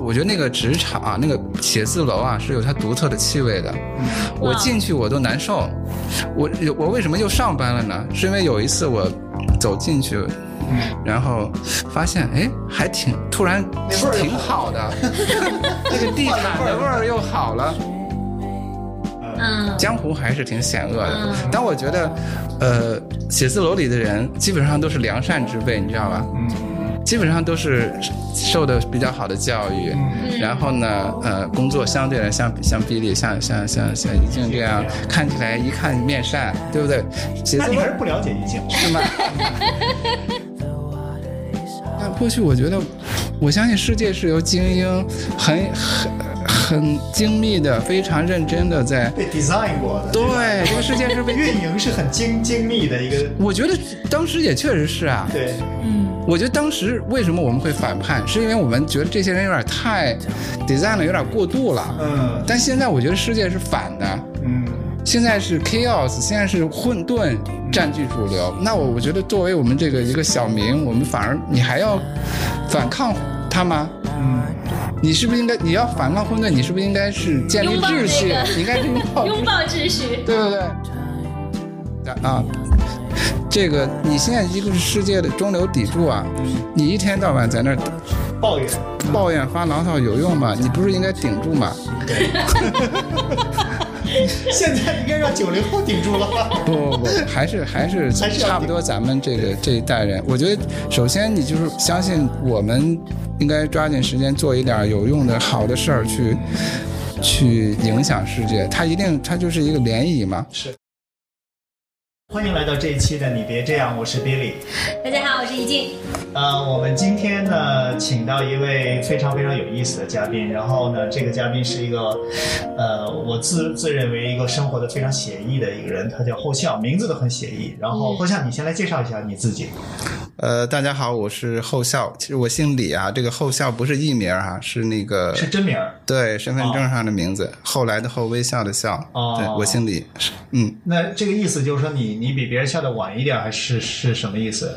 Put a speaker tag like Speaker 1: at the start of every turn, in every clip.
Speaker 1: 我觉得那个职场啊，那个写字楼啊，是有它独特的气味的。
Speaker 2: 嗯
Speaker 1: 我进去我都难受，我我为什么又上班了呢？是因为有一次我走进去，
Speaker 2: 嗯
Speaker 1: 然后发现哎，还挺突然
Speaker 2: 那味儿又
Speaker 1: 挺好 的，那个地毯的味儿又好了。
Speaker 3: 嗯，
Speaker 1: 江湖还是挺险恶的
Speaker 3: 嗯，
Speaker 1: 但我觉得，呃，写字楼里的人基本上都是良善之辈，你知道吧？
Speaker 2: 嗯
Speaker 1: 基本上都是受的比较好的教育，
Speaker 2: 嗯
Speaker 3: 嗯
Speaker 1: 然后呢，呃，工作相对来像像比利，像像像像怡静这样，看起来一看面善，对不对？写
Speaker 2: 那
Speaker 1: 字
Speaker 2: 你
Speaker 1: 楼
Speaker 2: 还是不了解一景。
Speaker 1: 是吗？但过去我觉得，我相信世界是由精英很很很精密的、非常认真的在。
Speaker 2: 被 design 过的，
Speaker 1: 对，这个世界是
Speaker 2: 这
Speaker 1: 被
Speaker 2: 个运营是很精精密的一个，
Speaker 1: 我觉得当时也确实是啊。
Speaker 2: 对，
Speaker 1: 我觉得当时为什么我们会反叛，是因为我们觉得这些人有点太 design 了，有点过度了。
Speaker 2: 嗯
Speaker 1: 但现在我觉得世界是反的，
Speaker 2: 嗯，
Speaker 1: 现在是 chaos，现在是混沌占据主流。那我我觉得作为我们这个一个小民，我们反而你还要反抗他吗？
Speaker 2: 嗯
Speaker 1: 你是不是应该你要反抗混沌？你是不是应该是建立
Speaker 3: 拥抱
Speaker 1: 秩序？
Speaker 3: 那个
Speaker 1: 你应该是拥抱
Speaker 3: 拥抱秩序。
Speaker 1: 对不对？啊，这个你现在一个是世界的中流砥柱啊，你一天到晚在那儿
Speaker 2: 抱怨，
Speaker 1: 抱怨发牢骚有用吗？你不是应该顶住吗？
Speaker 2: 现在应该让九零后顶住了 吧？
Speaker 1: 不不不，还是还是
Speaker 2: 还是要
Speaker 1: 差不多，咱们这个这一代人，我觉得首先你就是相信我们应该抓紧时间做一点有用的好的事儿去。去影响世界，它一定，它就是一个涟漪嘛。
Speaker 2: 欢迎来到这一期的你别这样，我是 Billy。
Speaker 3: 大家好，我是怡静。
Speaker 2: 呃，我们今天呢，请到一位非常非常有意思的嘉宾。然后呢，这个嘉宾是一个，呃，我自自认为一个生活的非常写意的一个人，他叫后向，名字都很写意。然后后向，你先来介绍一下你自己。
Speaker 1: 呃，大家好，我是后校，其实我姓李啊，这个后校不是艺名啊，是那个
Speaker 2: 是真名儿。
Speaker 1: 对身份证上的名字，后来的后微笑的笑，
Speaker 2: 哦
Speaker 1: 对我姓李，是嗯，
Speaker 2: 那这个意思就是说你，你比别人笑的晚一点，还是是什么意思？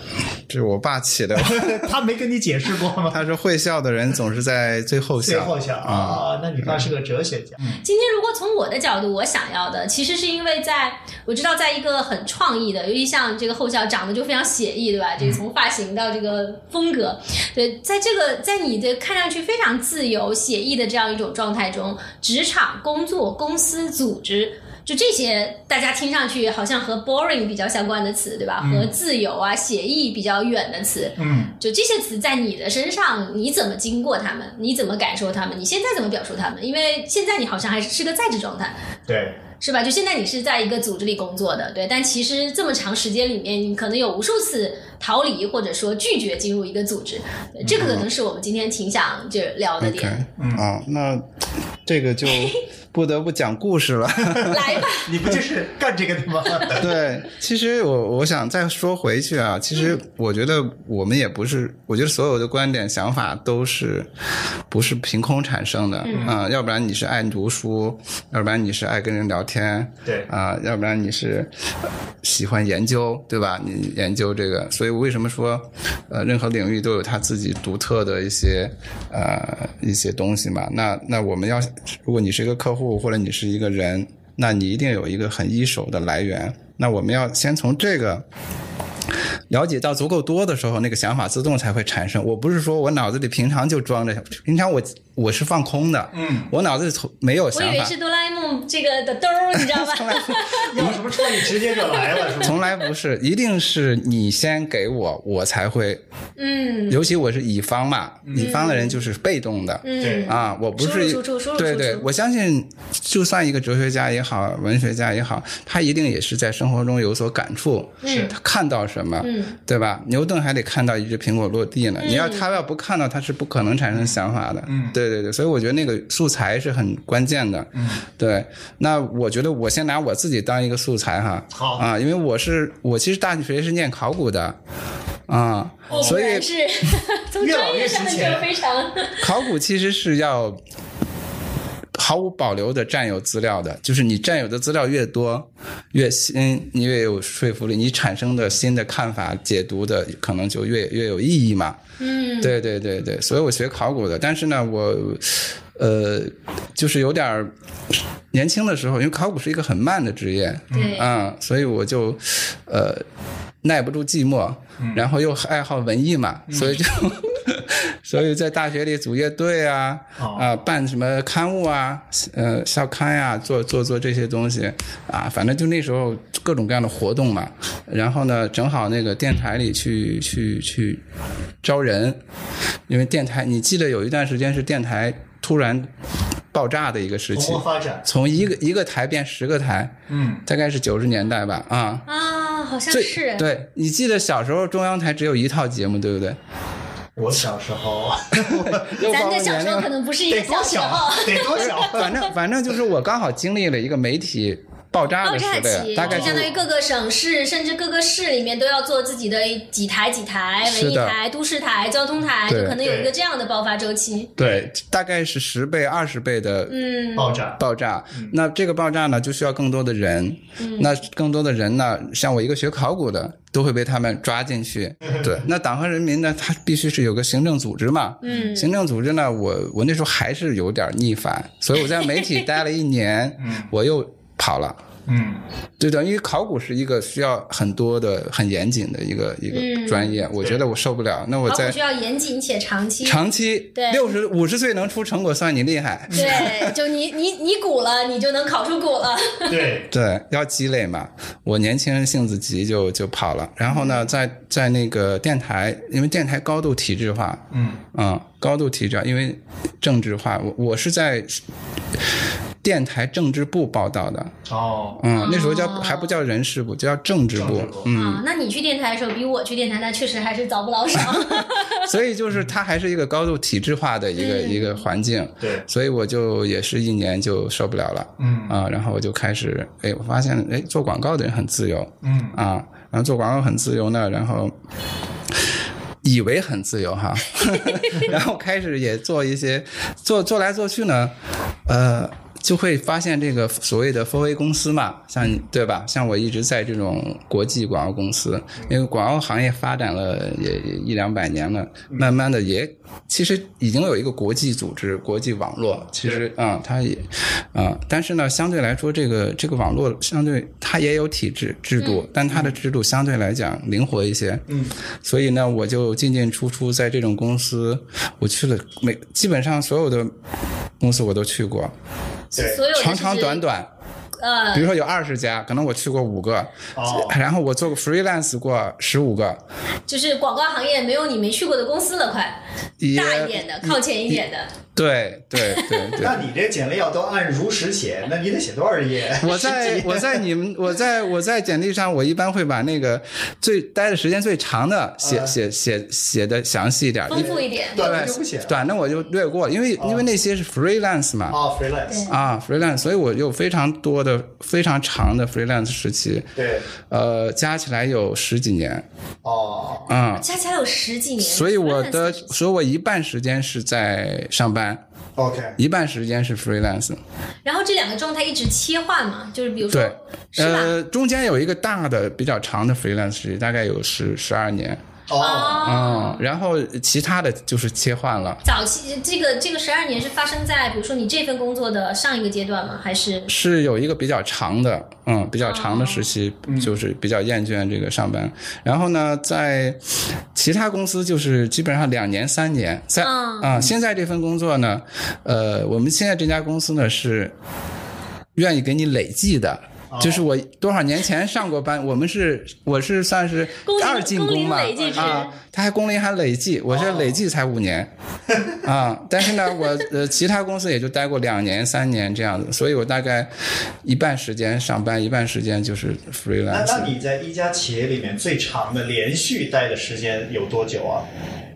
Speaker 1: 这是我爸起的，
Speaker 2: 他没跟你解释过吗？
Speaker 1: 他说会笑的人总是在最后笑，
Speaker 2: 最后想
Speaker 1: 啊，
Speaker 2: 啊，那你爸是个哲学家。嗯
Speaker 3: 今天如果从我的角度，我想要的其实是因为在我知道，在一个很创意的，尤其像这个后校长得就非常写意，对吧？
Speaker 1: 嗯
Speaker 3: 这个从发型到这个风格，对，在这个在你的看上去非常自由写意的这样一种状态中，职场、工作、公司、组织。就这些，大家听上去好像和 boring 比较相关的词，对吧？
Speaker 1: 嗯
Speaker 3: 和自由啊、写意比较远的词，
Speaker 2: 嗯，
Speaker 3: 就这些词在你的身上，你怎么经过它们？你怎么感受它们？你现在怎么表述它们？因为现在你好像还是是个在职状态，
Speaker 2: 对，
Speaker 3: 是吧？就现在你是在一个组织里工作的，对。但其实这么长时间里面，你可能有无数次逃离或者说拒绝进入一个组织，对这个可能是我们今天挺想就聊的
Speaker 1: OK，
Speaker 3: 点。
Speaker 2: 嗯
Speaker 1: 啊，那这个就不得不讲故事了。
Speaker 3: 来吧，
Speaker 2: 你不就是干这个的吗？
Speaker 1: 对，其实我我想再说回去啊，其实
Speaker 2: 嗯
Speaker 1: 我觉得我们也不是，我觉得所有的观点想法都是不是凭空产生的啊、
Speaker 2: 嗯
Speaker 1: 要不然你是爱读书，要不然你是爱跟人聊天，
Speaker 2: 对
Speaker 1: 啊、要不然你是呃喜欢研究，对吧？你研究这个，所以为什么说呃，任何领域都有它自己独特的一些呃一些东西嘛？那那我们要，如果你是一个客户或者你是一个人。那你一定有一个很一手的来源。那我们要先从这个了解到足够多的时候，那个想法自动才会产生。我不是说我脑子里平常就装着，平常我我是放空的，嗯，我脑子里从没有
Speaker 3: 我
Speaker 1: 想
Speaker 3: 以为
Speaker 1: 法，
Speaker 3: 是哆啦 A 梦这个的兜儿，你知道吧？
Speaker 2: 要什么创意直接就来了，是 吧？
Speaker 1: 从来不是，一定是你先给我，我才会。
Speaker 3: 嗯
Speaker 1: 尤其我是乙方嘛，乙方的人就是被动的，
Speaker 2: 对
Speaker 3: 嗯，
Speaker 1: 啊，我不是
Speaker 3: 输入输出输入
Speaker 1: 对
Speaker 3: 输
Speaker 1: 对
Speaker 3: 出，
Speaker 1: 我相信，就算一个哲学家也好，文学家也好，他一定也是在生活中有所感触，
Speaker 2: 是
Speaker 1: 他看到什么，
Speaker 3: 嗯
Speaker 1: 对吧？牛顿还得看到一只苹果落地呢，你要他要不看到，他是不可能产生想法的，
Speaker 2: 嗯
Speaker 1: 对对对，所以我觉得那个素材是很关键的，嗯，对。那我觉得我先拿我自己当一个素材哈，
Speaker 2: 好
Speaker 1: 啊，因为我是我其实大学是念考古的，啊，所以
Speaker 3: 果然是从
Speaker 2: 越老
Speaker 3: 专业
Speaker 2: 越
Speaker 3: 上
Speaker 2: 值
Speaker 3: 就
Speaker 2: 钱
Speaker 3: 非常。
Speaker 1: 考古其实是要毫无保留的占有资料的，就是你占有的资料越多，越新，你越有说服力，你产生的新的看法、解读的可能就越越有意义嘛。
Speaker 3: 嗯，
Speaker 1: 对对对对，所以我学考古的，但是呢，我呃，就是有点儿年轻的时候，因为考古是一个很慢的职业，
Speaker 3: 对，
Speaker 1: 嗯，所以我就呃耐不住寂寞，
Speaker 2: 嗯
Speaker 1: 然后又爱好文艺嘛，所以就 所以在大学里组乐队啊，
Speaker 2: 哦
Speaker 1: 啊、办什么刊物啊，呃校刊呀、做做做这些东西啊，反正就那时候各种各样的活动嘛。然后呢，正好那个电台里去去去招人，因为电台，你记得有一段时间是电台突然爆炸的一个时
Speaker 2: 蓬
Speaker 1: 期
Speaker 2: 勃。发展，
Speaker 1: 从一个一个台变十个台，
Speaker 2: 嗯，
Speaker 1: 大概是九十年代吧，啊，
Speaker 3: 啊，好像
Speaker 1: 最
Speaker 3: 是，
Speaker 1: 对你记得小时候中央台只有一套节目，对不对？
Speaker 2: 我小时候
Speaker 1: 又
Speaker 3: 咱
Speaker 1: 暴
Speaker 3: 的
Speaker 1: 露
Speaker 3: 小
Speaker 1: 年
Speaker 3: 时候
Speaker 1: 龄了
Speaker 3: 可能不是一
Speaker 2: 得
Speaker 3: 个
Speaker 2: 多
Speaker 3: 小时候
Speaker 2: 小，，得 多小，
Speaker 1: 反正反正就是我刚好经历了一个媒体爆炸
Speaker 3: 爆
Speaker 1: 的
Speaker 3: 炸
Speaker 1: 时代，啊
Speaker 3: 期，
Speaker 1: 大概
Speaker 3: 就相当于各个省市甚至各个市里面都要做自己的几台几台
Speaker 1: 是
Speaker 3: 文艺
Speaker 1: 的
Speaker 3: 台、都市台、交通台，
Speaker 1: 对
Speaker 3: 就可能有一个
Speaker 2: 对
Speaker 3: 这样的爆发周期。
Speaker 1: 对，大概是十倍二十倍的
Speaker 3: 嗯，
Speaker 1: 哦
Speaker 2: 爆炸，
Speaker 1: 爆炸。那这个爆炸呢，就需要更多的人。
Speaker 3: 嗯
Speaker 1: 那更多的人呢，像我一个学考古的，都会被他们抓进去。对，那党和人民呢，它必须是有个行政组织嘛。
Speaker 3: 嗯
Speaker 1: 行政组织呢，我我那时候还是有点逆反，所以我在媒体待了一 年，
Speaker 3: 嗯
Speaker 1: 我又跑了。
Speaker 2: 嗯，
Speaker 1: 就等于考古是一个需要很多的、很严谨的一个一
Speaker 3: 嗯
Speaker 1: 个专业，我觉得我受不了。那我
Speaker 3: 考古
Speaker 1: 在
Speaker 3: 需要严谨且长期。
Speaker 1: 长期
Speaker 3: 对
Speaker 1: 六十五十岁能出成果，算你厉害。
Speaker 3: 对，就你你你鼓了，你就能考出鼓了。
Speaker 2: 对，
Speaker 1: 对，要积累嘛。我年轻人性子急就就跑了。然后
Speaker 2: 嗯
Speaker 1: 呢，在在那个电台，因为电台高度体制化，
Speaker 2: 嗯
Speaker 1: 嗯，高度体制化，因为政治化。我我是在电台政治部报道的，
Speaker 2: 哦，
Speaker 1: 嗯，那时候叫
Speaker 3: 哦
Speaker 1: 还不叫人事部，就叫政治部
Speaker 2: 政治部，
Speaker 1: 嗯。
Speaker 3: 啊，那你去电台的时候比我去电台，那确实还是早不老少。
Speaker 1: 所以就是它还是一个高度体制化的一个、
Speaker 3: 嗯
Speaker 1: 一个环境，
Speaker 2: 对，
Speaker 1: 所以我就也是一年就受不了了
Speaker 2: 嗯
Speaker 1: 啊，然后我就开始，哎，我发现，哎，做广告的人很自由
Speaker 2: 嗯，
Speaker 1: 啊，然后做广告很自由呢，然后。 以为很自由 哈， 然后开始也做一些，做做来做去呢，呃，就会发现这个所谓的 4A 公司嘛，像你对吧？像我一直在这种国际广告公司，
Speaker 2: 嗯
Speaker 1: 因为广告行业发展了也也一两百年了，
Speaker 2: 嗯
Speaker 1: 慢慢的也其实已经有一个国际组织、国际网络，其实啊、嗯它也啊、但是呢，相对来说，这个这个网络相对它也有体制制度，
Speaker 3: 嗯
Speaker 1: 但它的制度相对来讲灵活一些，
Speaker 2: 嗯，
Speaker 1: 所以呢，我就进进出出在这种公司，我去了每基本上所有的公司我都去过，
Speaker 2: 对，
Speaker 3: 所有的
Speaker 1: 长
Speaker 3: 就是
Speaker 1: 长短短，
Speaker 3: 呃
Speaker 1: 比，如说有二十家，可能我去过五个，
Speaker 2: 哦
Speaker 1: 然后我做过 freelance 过十五个，
Speaker 3: 就是广告行业没有你没去过的公司了，快
Speaker 1: 也
Speaker 3: 大一点的，靠前一点的。
Speaker 1: 对对对对
Speaker 2: 那。你这简历要都按如实写，那你得写多少页？
Speaker 1: 我 在我在你们我在我在简历上，我一般会把那个最待的时间最长的写
Speaker 2: 嗯
Speaker 1: 写写写的详细一点，
Speaker 3: 丰富一点。
Speaker 2: 短的就不写
Speaker 1: 对
Speaker 2: 了。
Speaker 1: 短的我就略过，因为因为那些是 freelance 嘛，
Speaker 2: 哦，freelance，
Speaker 1: 啊，freelance，所以我有非常多的、非常长的 freelance 时期，
Speaker 2: 对，
Speaker 1: 呃，加起来有十几年
Speaker 2: 哦，
Speaker 1: 啊、
Speaker 3: 加起来有十几年，
Speaker 1: 所以我的，
Speaker 3: freelance
Speaker 1: 所以我一半时间是在上班，
Speaker 2: OK，
Speaker 1: 一半时间是 freelance。
Speaker 3: 然后这两个状态一直切换嘛，就是比如说
Speaker 1: 对，，
Speaker 3: 是吧？
Speaker 1: 呃，中间有一个大的、比较长的 freelance 时期，大概有十十二年，
Speaker 2: 哦，
Speaker 3: 哦
Speaker 1: 嗯，然后其他的就是切换了。
Speaker 3: 早期这个这个十二年是发生在，比如说你这份工作的上一个阶段吗？还是
Speaker 1: 是有一个比较长的，嗯，比较长的
Speaker 3: 哦
Speaker 1: 时期，就是比较厌倦这个上班。然后呢，在其他公司就是基本上两年、三年，在啊、
Speaker 3: 嗯
Speaker 1: 现在这份工作呢，呃，我们现在这家公司呢是愿意给你累计的。 就是我多少年前上过班，我们是我是算是
Speaker 3: 工龄
Speaker 1: 二进工嘛
Speaker 3: 工龄累计制
Speaker 1: 啊，他还工龄还累
Speaker 2: 哦
Speaker 1: 计，我是累计才五年， 啊，但是呢，我呃其他公司也就待过两年、三年这样子，所以我大概一半时间上班，一半时间就是
Speaker 2: 那
Speaker 1: freelance。
Speaker 2: 那你在一家企业里面最长的连续待的时间有多久啊？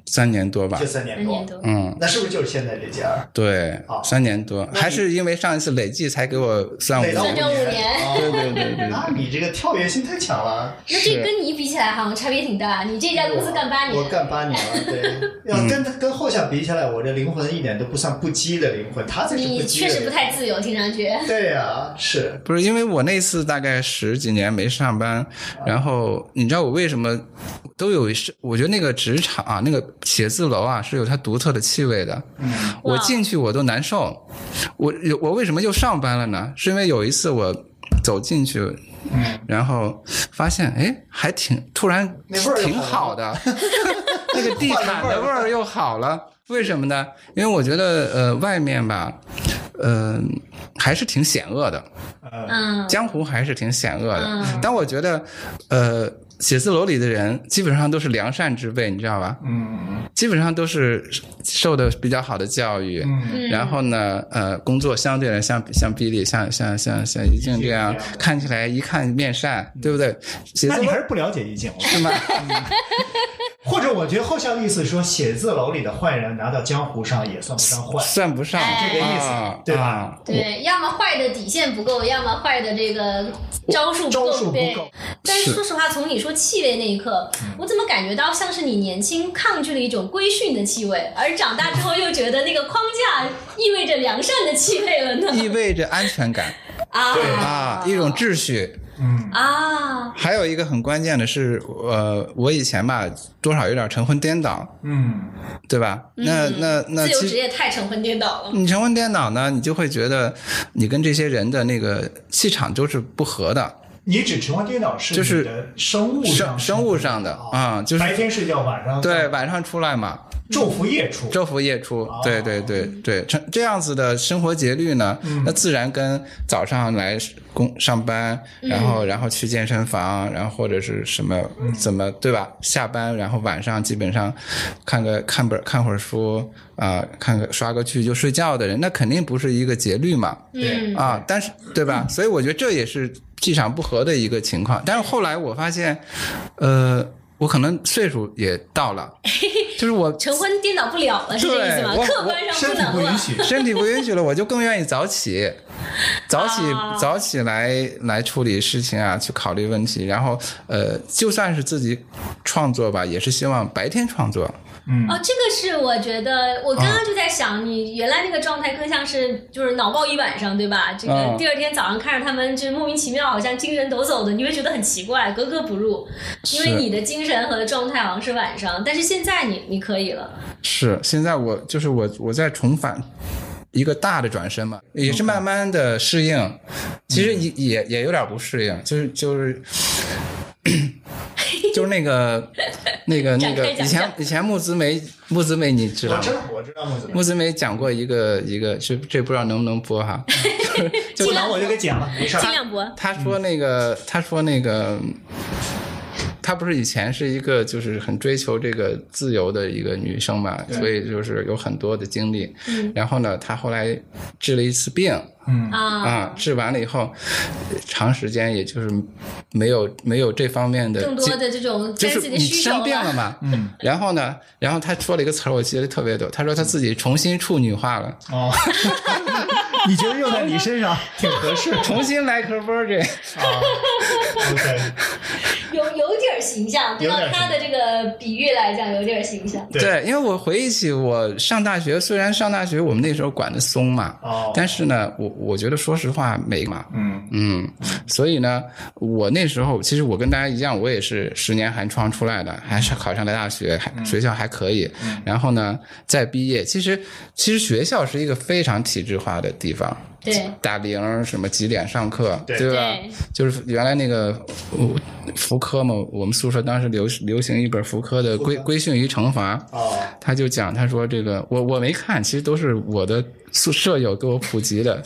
Speaker 1: 三年多吧
Speaker 2: 就，三年
Speaker 3: 三年
Speaker 2: 多，
Speaker 3: 多，
Speaker 1: 嗯，
Speaker 2: 那是不是就是现在这家？
Speaker 1: 对
Speaker 2: 哦，
Speaker 1: 三年多，
Speaker 2: 那你
Speaker 1: 还是因为上一次累计才给我算五
Speaker 2: 累到
Speaker 3: 算
Speaker 1: 年，
Speaker 3: 这五年
Speaker 2: 年，
Speaker 1: 对
Speaker 2: 哦
Speaker 1: 对对对，
Speaker 2: 那你这个跳跃性太强了。
Speaker 3: 那这跟你比起来，好像差别挺大。你这家公司干八
Speaker 2: 我
Speaker 3: 年，
Speaker 2: 干八年了，对，要跟跟后向比起来，我这灵魂一点都不算不羁的灵魂，他才是不羁的灵
Speaker 3: 你
Speaker 2: 魂。
Speaker 3: 确实不太自由，听上去。
Speaker 2: 对呀、是
Speaker 1: 不是因为我那次大概十几年没上班，然后你知道我为什么都有是？我觉得那个职场啊，那个写字楼啊是有它独特的气味的。
Speaker 2: 嗯
Speaker 1: 我进去我都难受。我我为什么又上班了呢？是因为有一次我走进去，
Speaker 2: 嗯
Speaker 1: 然后发现哎，还挺突然
Speaker 2: 那味儿又
Speaker 1: 挺
Speaker 2: 好
Speaker 1: 好的， 那个地毯的味儿又好了。为什么呢？因为我觉得呃外面吧，嗯、还是挺险恶的。
Speaker 3: 嗯，
Speaker 1: 江湖还是挺险恶的。
Speaker 3: 嗯
Speaker 1: 但我觉得，呃，写字楼里的人基本上都是良善之辈，你知道吧？
Speaker 2: 嗯
Speaker 1: 基本上都是受的比较好的教育。
Speaker 2: 嗯
Speaker 3: 嗯
Speaker 1: 然后呢，呃，工作相对来像像比利、像像像像一静这样
Speaker 2: 一静这样，的嗯
Speaker 1: 看起来一看面善，对不对？写
Speaker 2: 那
Speaker 1: 字
Speaker 2: 你
Speaker 1: 楼
Speaker 2: 还是不了解意境，我
Speaker 1: 是吗？
Speaker 2: 或者我觉得后向的意思说，写字楼里的坏人拿到江湖上也算不上坏，
Speaker 1: 算不上，
Speaker 3: 哎这
Speaker 2: 个意思
Speaker 1: 啊
Speaker 2: 对吧
Speaker 1: 啊
Speaker 3: 对，要么坏的底线不够，要么坏的这个招数不
Speaker 2: 招
Speaker 3: 够，
Speaker 2: 数不
Speaker 3: 对
Speaker 2: 够。
Speaker 3: 但是
Speaker 1: 是
Speaker 3: 说实话，从你说气味那一刻，我怎么感觉到像是你年轻抗拒了一种规训的气味，而长大之后又觉得那个框架意味着良善的气味了呢？
Speaker 1: 意味着安全感
Speaker 3: 啊
Speaker 1: 啊，一种秩序。
Speaker 2: 嗯，
Speaker 3: 啊，
Speaker 1: 还有一个很关键的是，呃，我以前吧，多少有点成婚颠倒，
Speaker 2: 嗯，
Speaker 1: 对吧？那那那
Speaker 3: 嗯自由
Speaker 1: 其
Speaker 3: 职
Speaker 1: 实
Speaker 3: 业太成婚颠倒了。
Speaker 1: 你成为颠倒呢，你就会觉得你跟这些人的那个气场就是不合的，
Speaker 2: 你指晨光颠倒是
Speaker 1: 就是
Speaker 2: 你的生物上
Speaker 1: 生生物上的啊、嗯就是
Speaker 2: 白天睡觉，晚上
Speaker 1: 对晚上出来嘛，
Speaker 2: 昼伏夜出，
Speaker 1: 昼伏夜出，对对对对，成这样子的生活节律呢，那自然跟早上来工上班，然后然后去健身房，然后或者是什么怎么对吧？下班然后晚上基本上看个看本看会儿书啊、看个刷个剧就睡觉的人，那肯定不是一个节律嘛。
Speaker 2: 对
Speaker 3: 嗯，
Speaker 1: 啊，但是对吧？所以我觉得这也是气场不合的一个情况。但是后来我发现，呃，我可能岁数也到了，就是我
Speaker 3: 成婚颠倒不了了，是这意思吗？
Speaker 1: 对我
Speaker 3: 客观上
Speaker 2: 身
Speaker 3: 不
Speaker 2: 体不
Speaker 3: 能
Speaker 2: 允
Speaker 3: 了。
Speaker 2: 许。
Speaker 1: 身体不允许了，我就更愿意早 起，早起、
Speaker 3: 啊
Speaker 1: 早起来来处理事情啊，去考虑问题。然后呃，就算是自己创作吧，也是希望白天创作。
Speaker 3: 哦，这个是我觉得，我刚
Speaker 1: 嗯
Speaker 3: 刚就在想，你原来那个状态更像是就是脑爆一晚上，对吧？这个
Speaker 1: 嗯
Speaker 3: 第二天早上看着他们，就是莫名其妙，好像精神抖擞的，你会觉得很奇怪，格格不入，因为
Speaker 1: 是
Speaker 3: 你的精神和状态好像是晚上，但是现在你你可以了，
Speaker 1: 是，现在我就是我，我在重返一个大的转身嘛，也是慢慢的适应，其实也、也也有点不适应，就是就是。 就是那个，那个，那个，
Speaker 3: 展开讲
Speaker 1: 以前
Speaker 3: 讲
Speaker 1: 以前木子梅，木子梅，你知道
Speaker 2: 我
Speaker 1: 吗
Speaker 2: 知？道，我知道木子，
Speaker 1: 木子梅讲过一个一个，这这不知道能不能播 哈？
Speaker 2: 不能我就给剪了，没事儿。
Speaker 3: 尽量不。啊
Speaker 1: 他说那个，他说那个，他不是以前是一个就是很追求这个自由的一个女生嘛，所以就是有很多的经历。
Speaker 3: 嗯
Speaker 1: 然后呢，她后来治了一次病
Speaker 3: 啊，
Speaker 1: 啊，治完了以后，长时间也就是没有没有这方面的
Speaker 3: 更
Speaker 1: 经
Speaker 3: 多的这种
Speaker 1: 就
Speaker 3: 跟
Speaker 1: 是
Speaker 3: 自己的
Speaker 1: 你
Speaker 3: 需求
Speaker 1: 生病了
Speaker 3: 啊
Speaker 1: 嘛，嗯，然后呢，然后他说了一个词儿，我记得特别多，他说他自己重新处女化了，
Speaker 2: 哦，你觉得用在你身 上挺合适啊
Speaker 1: 重新 like a virgin，
Speaker 2: ？OK，
Speaker 3: 有有点儿形象，对
Speaker 2: 有
Speaker 3: 照
Speaker 2: 点儿
Speaker 3: 他的这个比喻来讲，有点儿形象。
Speaker 2: 对
Speaker 1: 因为我回忆起我上大学，虽然上大学我们那时候管的松嘛，
Speaker 2: 哦
Speaker 1: 但是呢，我我觉得说实话没嘛，
Speaker 2: 嗯
Speaker 1: 嗯，所以呢，我那时候其实我跟大家一样，我也是十年寒窗出来的，还是考上了大学，还
Speaker 2: 嗯
Speaker 1: 学校还可以，然后呢再毕业，其实其实学校是一个非常体制化的地方，
Speaker 3: 对
Speaker 1: 打铃什么几点上课，
Speaker 2: 对
Speaker 1: 吧？
Speaker 3: 对
Speaker 1: 就是原来那个呃福柯嘛，我们宿舍当时流流行一本福柯的规《规训与惩罚》，
Speaker 2: 哦，
Speaker 1: 他就讲，他说这个我我没看，其实都是我的宿舍友给我普及的，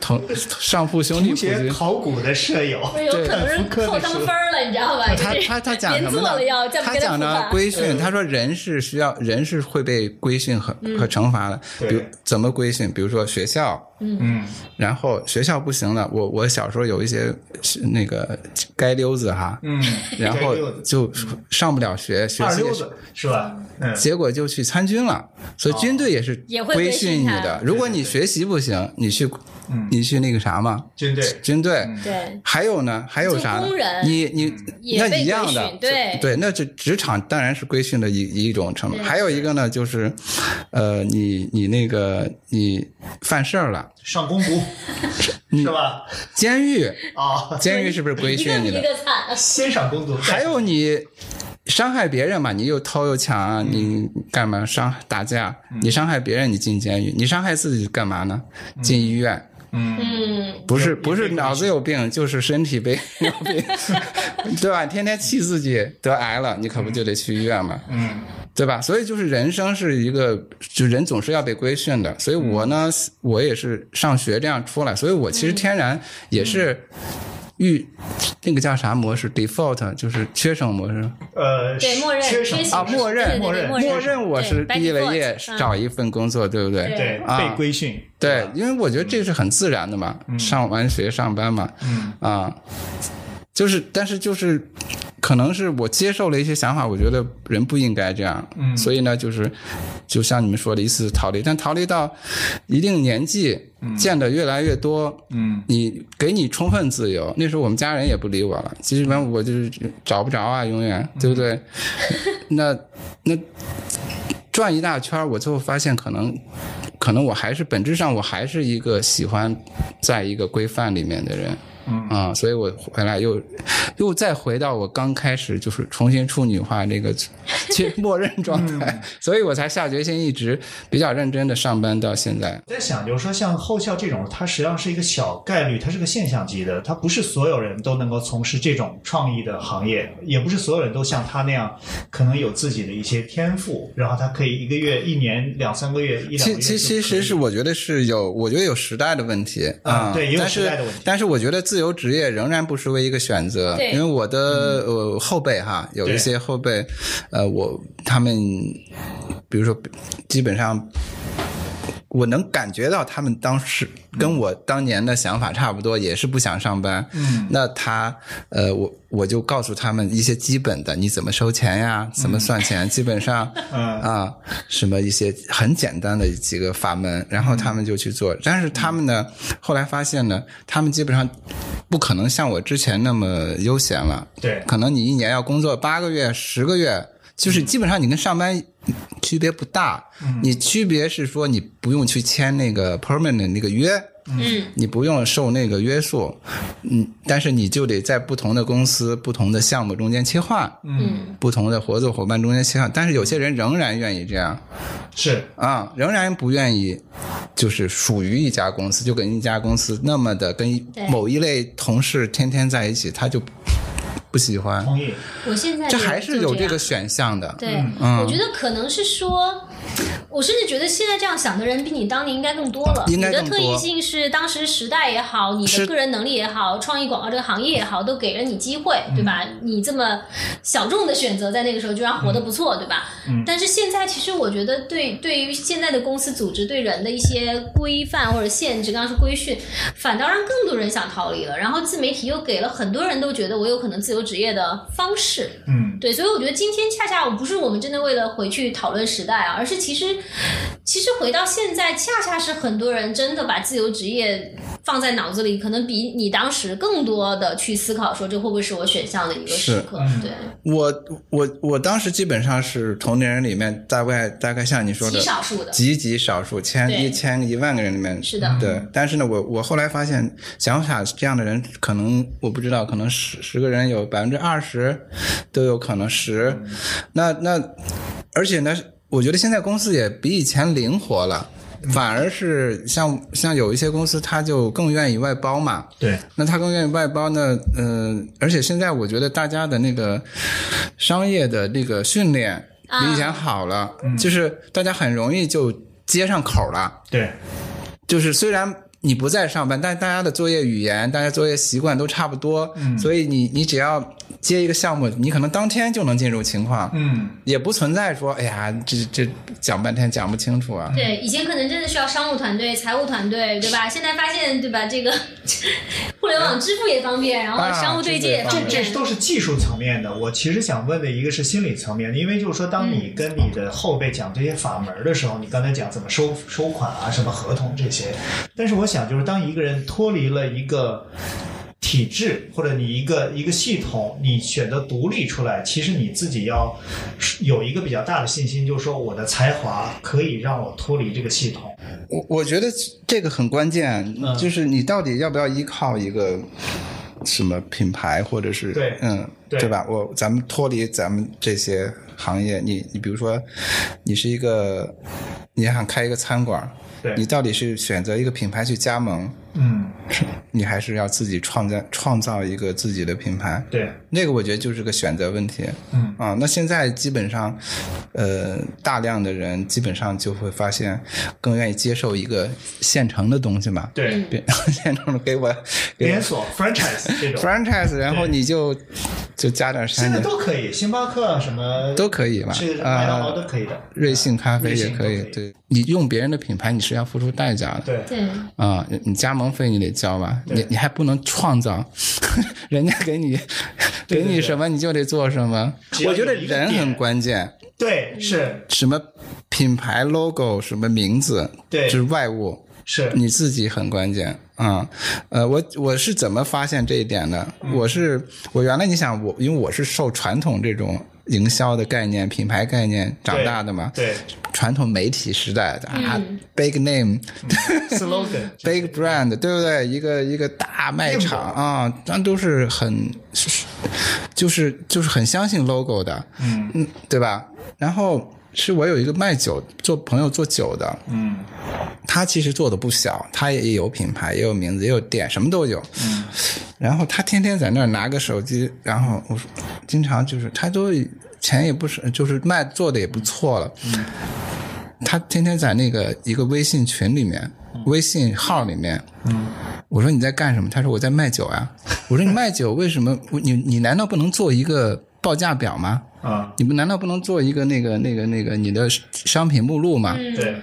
Speaker 1: 同上铺兄弟
Speaker 2: 同
Speaker 1: 普
Speaker 2: 学
Speaker 1: 及。
Speaker 2: 考古的舍友，
Speaker 3: 不是有可能是
Speaker 2: 福柯
Speaker 3: 扣
Speaker 2: 的
Speaker 3: 当
Speaker 2: 书
Speaker 3: 分儿了，你知道吧？
Speaker 1: 他
Speaker 3: 就是
Speaker 1: 他他讲
Speaker 3: 连
Speaker 1: 什 么
Speaker 3: 坐了要
Speaker 1: 呢？
Speaker 3: 再不
Speaker 1: 他
Speaker 3: 给
Speaker 1: 讲
Speaker 3: 处
Speaker 1: 呢
Speaker 3: 罚
Speaker 1: 规训，他说人是需要嗯人是会被规训和和惩罚的，比如
Speaker 2: 对
Speaker 1: 怎么规训？比如说学校，
Speaker 2: 嗯
Speaker 1: 然后学校不行了，我我小时候有一些是那个街溜子哈，
Speaker 2: 嗯，
Speaker 1: 然后
Speaker 2: 街溜子
Speaker 1: 就上不了学，学
Speaker 2: 二
Speaker 1: 习
Speaker 2: 溜
Speaker 1: 也是
Speaker 2: 子是吧？嗯，
Speaker 1: 结果就去参军了，所以军队也是
Speaker 3: 也会
Speaker 1: 规
Speaker 3: 规训
Speaker 1: 训你
Speaker 3: 他
Speaker 1: 的。如果你学习不行，你去
Speaker 2: 嗯
Speaker 1: 你去那个啥嘛，
Speaker 2: 军队
Speaker 1: 军队。
Speaker 3: 对，
Speaker 1: 还有呢，还有啥呢
Speaker 3: 做工人？嗯
Speaker 1: 你你
Speaker 3: 也
Speaker 1: 那
Speaker 3: 被
Speaker 1: 一样
Speaker 3: 规
Speaker 1: 的
Speaker 3: 训，对
Speaker 1: 对，那这职场当然是规训的一一种成分。
Speaker 3: 对
Speaker 1: 还有一个呢，就是，呃，你你那个你犯事儿了，
Speaker 2: 上公仆是吧？
Speaker 1: 监狱
Speaker 2: 啊，
Speaker 1: 监狱是不是规
Speaker 3: 一个
Speaker 1: 训
Speaker 3: 比
Speaker 1: 你
Speaker 3: 一
Speaker 1: 的？
Speaker 3: 个惨了。
Speaker 2: 先上公仆，
Speaker 1: 还有你伤害别人嘛，你又偷又抢啊，你干嘛伤打架？你伤害别人，你进监狱；你伤害自己干嘛呢？进医院。
Speaker 2: 嗯，
Speaker 3: 嗯，
Speaker 1: 不是
Speaker 2: 也
Speaker 1: 不是脑子有病，就是身体被 有病，对吧？天天气自己得癌了，你可不就得去医院吗？
Speaker 2: 嗯，
Speaker 1: 对吧？所以就是人生是一个，就人总是要被规训的。所以我呢，我也是上学这样出来，所以我
Speaker 3: 嗯
Speaker 1: 其实天然也是遇、那个叫啥模式 default，就是缺省模式。
Speaker 2: 呃，
Speaker 3: 对，默认
Speaker 2: 缺
Speaker 3: 缺
Speaker 2: 少
Speaker 3: 席
Speaker 1: 啊默认
Speaker 3: 对对对
Speaker 2: 默
Speaker 3: 默
Speaker 2: 认
Speaker 1: 默认我是
Speaker 3: 对
Speaker 1: 毕了
Speaker 3: by
Speaker 1: 业
Speaker 3: default，嗯
Speaker 1: 找一份工作，对不对？
Speaker 2: 对
Speaker 1: 啊
Speaker 2: 被规训，
Speaker 1: 对，因为我觉得这是很自然的嘛，上完学上班嘛，
Speaker 2: 嗯
Speaker 1: 啊，就是但是就是，可能是我接受了一些想法，我觉得人不应该这样，
Speaker 2: 嗯
Speaker 1: 所以呢，就是就像你们说的，一次逃离，但逃离到一定年纪，见的越来越多。
Speaker 2: 嗯
Speaker 1: 你给你充分自由，那时候我们家人也不理我了，基本我就是找不着啊，永远
Speaker 2: 嗯
Speaker 1: 对不对？ 那那转一大圈儿，我最后发现可能，可能我还是本质上我还是一个喜欢在一个规范里面的人，
Speaker 2: 嗯
Speaker 1: 啊、所以我回来又又再回到我刚开始就是重新处女化那 个去默认状态，
Speaker 2: 嗯
Speaker 1: 所以我才下决心一直比较认真的上班到现在。
Speaker 2: 在想，就是说像后校这种，它实际上是一个小概率，它是个现象级的，它不是所有人都能够从事这种创意的行业，也不是所有人都像他那样，可能有自己的一些天赋，然后他可以一个月、一年、两三个月、一两个
Speaker 1: 其
Speaker 2: 月
Speaker 1: 其其实是我觉得是有，我觉得有时代的问题
Speaker 2: 啊对也有
Speaker 1: 但
Speaker 2: 时
Speaker 1: 是
Speaker 2: 代的问题
Speaker 1: 但是我觉得自由职业仍然不失为一个选择，
Speaker 3: 对
Speaker 1: 因为我的、呃后辈哈，有
Speaker 2: 嗯对
Speaker 1: 一些后辈，呃，我他们比如说基本上。我能感觉到他们当时跟我当年的想法差不多，也是不想上班。
Speaker 2: 嗯，
Speaker 1: 那他呃，我我就告诉他们一些基本的，你怎么收钱呀，怎么算钱，基本上
Speaker 2: 嗯
Speaker 1: 啊，什么一些很简单的几个法门，然
Speaker 2: 嗯
Speaker 1: 后他们就去做。但是他们呢，后来发现呢，他们基本上不可能像我之前那么悠闲了。
Speaker 2: 对
Speaker 1: 可能你一年要工作八个月、十个月，就是基本上你跟上班区别不大。你区别是说你不用去签那个 permanent 那个约。
Speaker 3: 嗯，
Speaker 1: 你不用受那个约束，嗯，但是你就得在不同的公司、不同的项目中间切换，
Speaker 3: 嗯，
Speaker 1: 不同的合作伙伴中间切换，但是有些人仍然愿意这样
Speaker 2: 是
Speaker 1: 啊、仍然不愿意，就是属于一家公司，就跟一家公司那么的跟一
Speaker 3: 对
Speaker 1: 某一类同事天天在一起，他就不喜欢，
Speaker 2: 同意，
Speaker 3: 我现在
Speaker 1: 这
Speaker 3: 也
Speaker 1: 还
Speaker 3: 就是
Speaker 1: 有
Speaker 3: 这
Speaker 1: 这
Speaker 3: 样
Speaker 1: 个选项的。嗯
Speaker 3: 对，我觉得可能是说，我甚至觉得现在这样想的人比你当年应该更多了。
Speaker 1: 应该
Speaker 3: 你的
Speaker 1: 更
Speaker 3: 特
Speaker 1: 多
Speaker 3: 异性是当时时代也好，你
Speaker 1: 是
Speaker 3: 的个人能力也好，创意广告这个行业也好，都给了你机会，
Speaker 1: 嗯
Speaker 3: 对吧？你这么小众的选择，在那个时候居然活得不错，对吧？
Speaker 2: 嗯
Speaker 3: 但是现在其实我觉得对，对于现在的公司组织对人的一些规范或者限制，刚刚说规训，反倒让更多人想逃离了。然后自媒体又给了很多人都觉得我有可能自由职业的方式，
Speaker 2: 嗯
Speaker 3: 对，所以我觉得今天恰恰我不是我们真的为了回去讨论时代啊，而是其实其实回到现在，恰恰是很多人真的把自由职业放在脑子里，可能比你当时更多的去思考说这会不会是我选项的一个时刻
Speaker 2: 是嗯。
Speaker 3: 对，
Speaker 1: 我我我当时基本上是同龄人里面大概大概像你说的嗯
Speaker 3: 极少数的，
Speaker 1: 极极少数，千
Speaker 3: 对
Speaker 1: 一千一万个人里面
Speaker 3: 是的
Speaker 1: 对。但是呢，我我后来发现，想法这样的人，可能我不知道，可能十十个人有百分之二十都有可能十。
Speaker 3: 嗯
Speaker 1: 那那而且呢，我觉得现在公司也比以前灵活了。反而是像像有一些公司，他就更愿意外包嘛，
Speaker 2: 对，
Speaker 1: 那他更愿意外包呢？嗯、而且现在我觉得大家的那个商业的那个训练
Speaker 3: 啊
Speaker 1: 比以前好了，就是大家很容易就接上口了。
Speaker 2: 对
Speaker 1: 就是虽然你不在上班，但大家的作业语言、大家作业习惯都差不多，
Speaker 2: 嗯
Speaker 1: 所以你你只要接一个项目，你可能当天就能进入情况，
Speaker 2: 嗯，
Speaker 1: 也不存在说哎呀，这这讲半天讲不清楚啊。
Speaker 3: 对，以前可能真的需要商务团队、财务团队，对吧？现在发现，对吧？这个 互联网支付也方便，然后
Speaker 1: 啊
Speaker 3: 商务对接也
Speaker 1: 这
Speaker 3: 方
Speaker 1: 个
Speaker 2: 这
Speaker 3: 便。
Speaker 2: 都是技术层面的。我其实想问的一个是心理层面的，因为就是说，当你跟你的后辈讲这些法门儿的时候，你刚才讲怎么收收款啊，什么合同这些，但是我想就是当一个人脱离了一个。体制或者你一个一个系统，你选择独立出来，其实你自己要有一个比较大的信心，就是说我的才华可以让我脱离这个系统。
Speaker 1: 我我觉得这个很关键
Speaker 2: 嗯，
Speaker 1: 就是你到底要不要依靠一个什么品牌，或者是
Speaker 2: 对
Speaker 1: 嗯
Speaker 2: 对
Speaker 1: 对吧？我咱们脱离咱们这些行业，你你比如说，你是一个你想开一个餐馆，
Speaker 2: 对，
Speaker 1: 你到底是选择一个品牌去加盟，
Speaker 2: 嗯，
Speaker 1: 你还是要自己创造创造一个自己的品牌？
Speaker 2: 对，
Speaker 1: 那个我觉得就是个选择问题。
Speaker 2: 嗯
Speaker 1: 啊，那现在基本上，呃，大量的人基本上就会发现，更愿意接受一个现成的东西嘛。
Speaker 2: 对，
Speaker 1: 对，现成的给我给
Speaker 2: 连
Speaker 1: 我
Speaker 2: 锁 franchise 这种，
Speaker 1: franchise，然后你就就加点
Speaker 2: 现
Speaker 1: 山
Speaker 2: 在
Speaker 1: 的
Speaker 2: 都可以，星巴克啊什么
Speaker 1: 都可以嘛
Speaker 2: 是麦当劳
Speaker 1: 啊
Speaker 2: 都。可以的，
Speaker 1: 瑞幸咖啡
Speaker 2: 瑞
Speaker 1: 也
Speaker 2: 幸
Speaker 1: 可以
Speaker 2: 都可，以
Speaker 1: 对你用别人的品牌，你是要付出代价的。
Speaker 2: 对，
Speaker 3: 对，
Speaker 1: 啊、你你加盟费你得交吧，
Speaker 2: 对
Speaker 1: 你你还不能创造， 人家给你
Speaker 2: 对对
Speaker 1: 给你什么你就得做什么。
Speaker 2: 只要
Speaker 1: 我觉得
Speaker 2: 有一个
Speaker 1: 人
Speaker 2: 点
Speaker 1: 很关键，
Speaker 3: 嗯
Speaker 2: 对，是，
Speaker 1: 什么品牌 logo 什么名字，
Speaker 2: 对
Speaker 1: 就是外物，
Speaker 2: 是，
Speaker 1: 你自己很关键啊、呃，我我是怎么发现这一点的？
Speaker 2: 嗯
Speaker 1: 我是我原来你想我，因为我是受传统这种营销的概念、品牌概念长
Speaker 2: 对
Speaker 1: 大的嘛，
Speaker 2: 对
Speaker 1: 传统媒体时代的啊、
Speaker 3: 嗯
Speaker 1: b i g name。
Speaker 2: ，slogan，
Speaker 1: big brand，对不对？一个一个大卖场啊，那都是很，就是就是很相信 logo 的，
Speaker 2: 嗯
Speaker 1: 嗯，对吧？然后是我有一个卖酒做朋友做酒的，
Speaker 2: 嗯
Speaker 1: 他其实做的不小，他也有品牌，也有名字，也有店，什么都有。
Speaker 2: 嗯
Speaker 1: 然后他天天在那儿拿个手机，然后我说，经常就是他都钱也不是，就是卖做的也不错了。
Speaker 2: 嗯
Speaker 1: 他天天在那个一个微信群里面，
Speaker 2: 嗯
Speaker 1: 微信号里面，我说你在干什么？他说我在卖酒啊。 我说你卖酒为什么？你你难道不能做一个报价表吗？
Speaker 2: 啊，
Speaker 1: 你们难道不能做一个那个那个那个你的商品目录吗？
Speaker 3: 嗯，
Speaker 2: 对，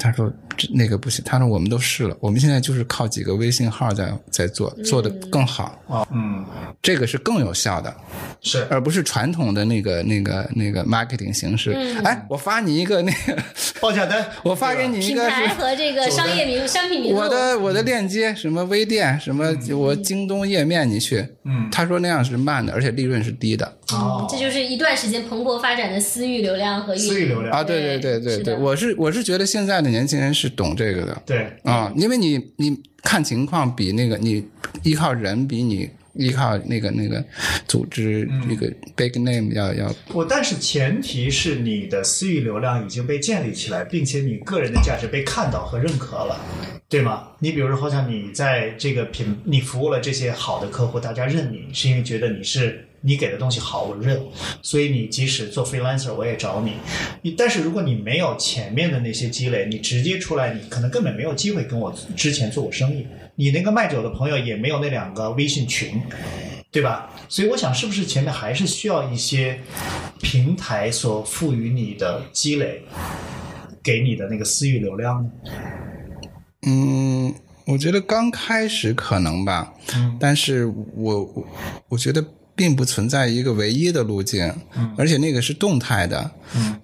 Speaker 1: 他说这那个不行，他说我们都试了，我们现在就是靠几个微信号在在做，做的更好，
Speaker 2: 啊，嗯，
Speaker 1: 这个是更有效的，
Speaker 2: 是，
Speaker 1: 而不是传统的那个那个那个 marketing 形式。哎，我发你一个那个，
Speaker 2: 报价单，
Speaker 1: 我发给你一
Speaker 3: 品
Speaker 1: 个
Speaker 3: 牌
Speaker 1: 是。
Speaker 3: 和这个商业名、商品名录，
Speaker 1: 我的我的链接什么微店什么我京东页面你去，
Speaker 2: 嗯
Speaker 1: 他说那样是慢的，而且利润是低的
Speaker 2: 哦，
Speaker 3: 嗯这就是一段时间蓬勃发展的私域流量和运营
Speaker 2: 私域流量，
Speaker 1: 啊！对对对对
Speaker 3: 是
Speaker 1: 对，
Speaker 3: 的
Speaker 1: 我是我是觉得现在的年轻人是懂这个的，
Speaker 2: 对，
Speaker 1: 啊、因为你你看情况比那个你依靠人比你依靠那个那个组织那个 big name 要要
Speaker 2: 我但是前提是你的私域流量已经被建立起来，并且你个人的价值被看到和认可了，对吗？你比如说，好像你在这个品，你服务了这些好的客户，大家认你是因为觉得你是你给的东西好，我认，所以你即使做 freelancer 我也找你。你但是如果你没有前面的那些积累，你直接出来，你可能根本没有机会跟我之前做过生意。你那个卖酒的朋友也没有那两个微信群，对吧？所以我想，是不是前面还是需要一些平台所赋予你的积累，给你的那个私域流量呢？
Speaker 1: 嗯，我觉得刚开始可能吧，
Speaker 2: 嗯
Speaker 1: 但是我我我觉得并不存在一个唯一的路径，而且那个是动态的，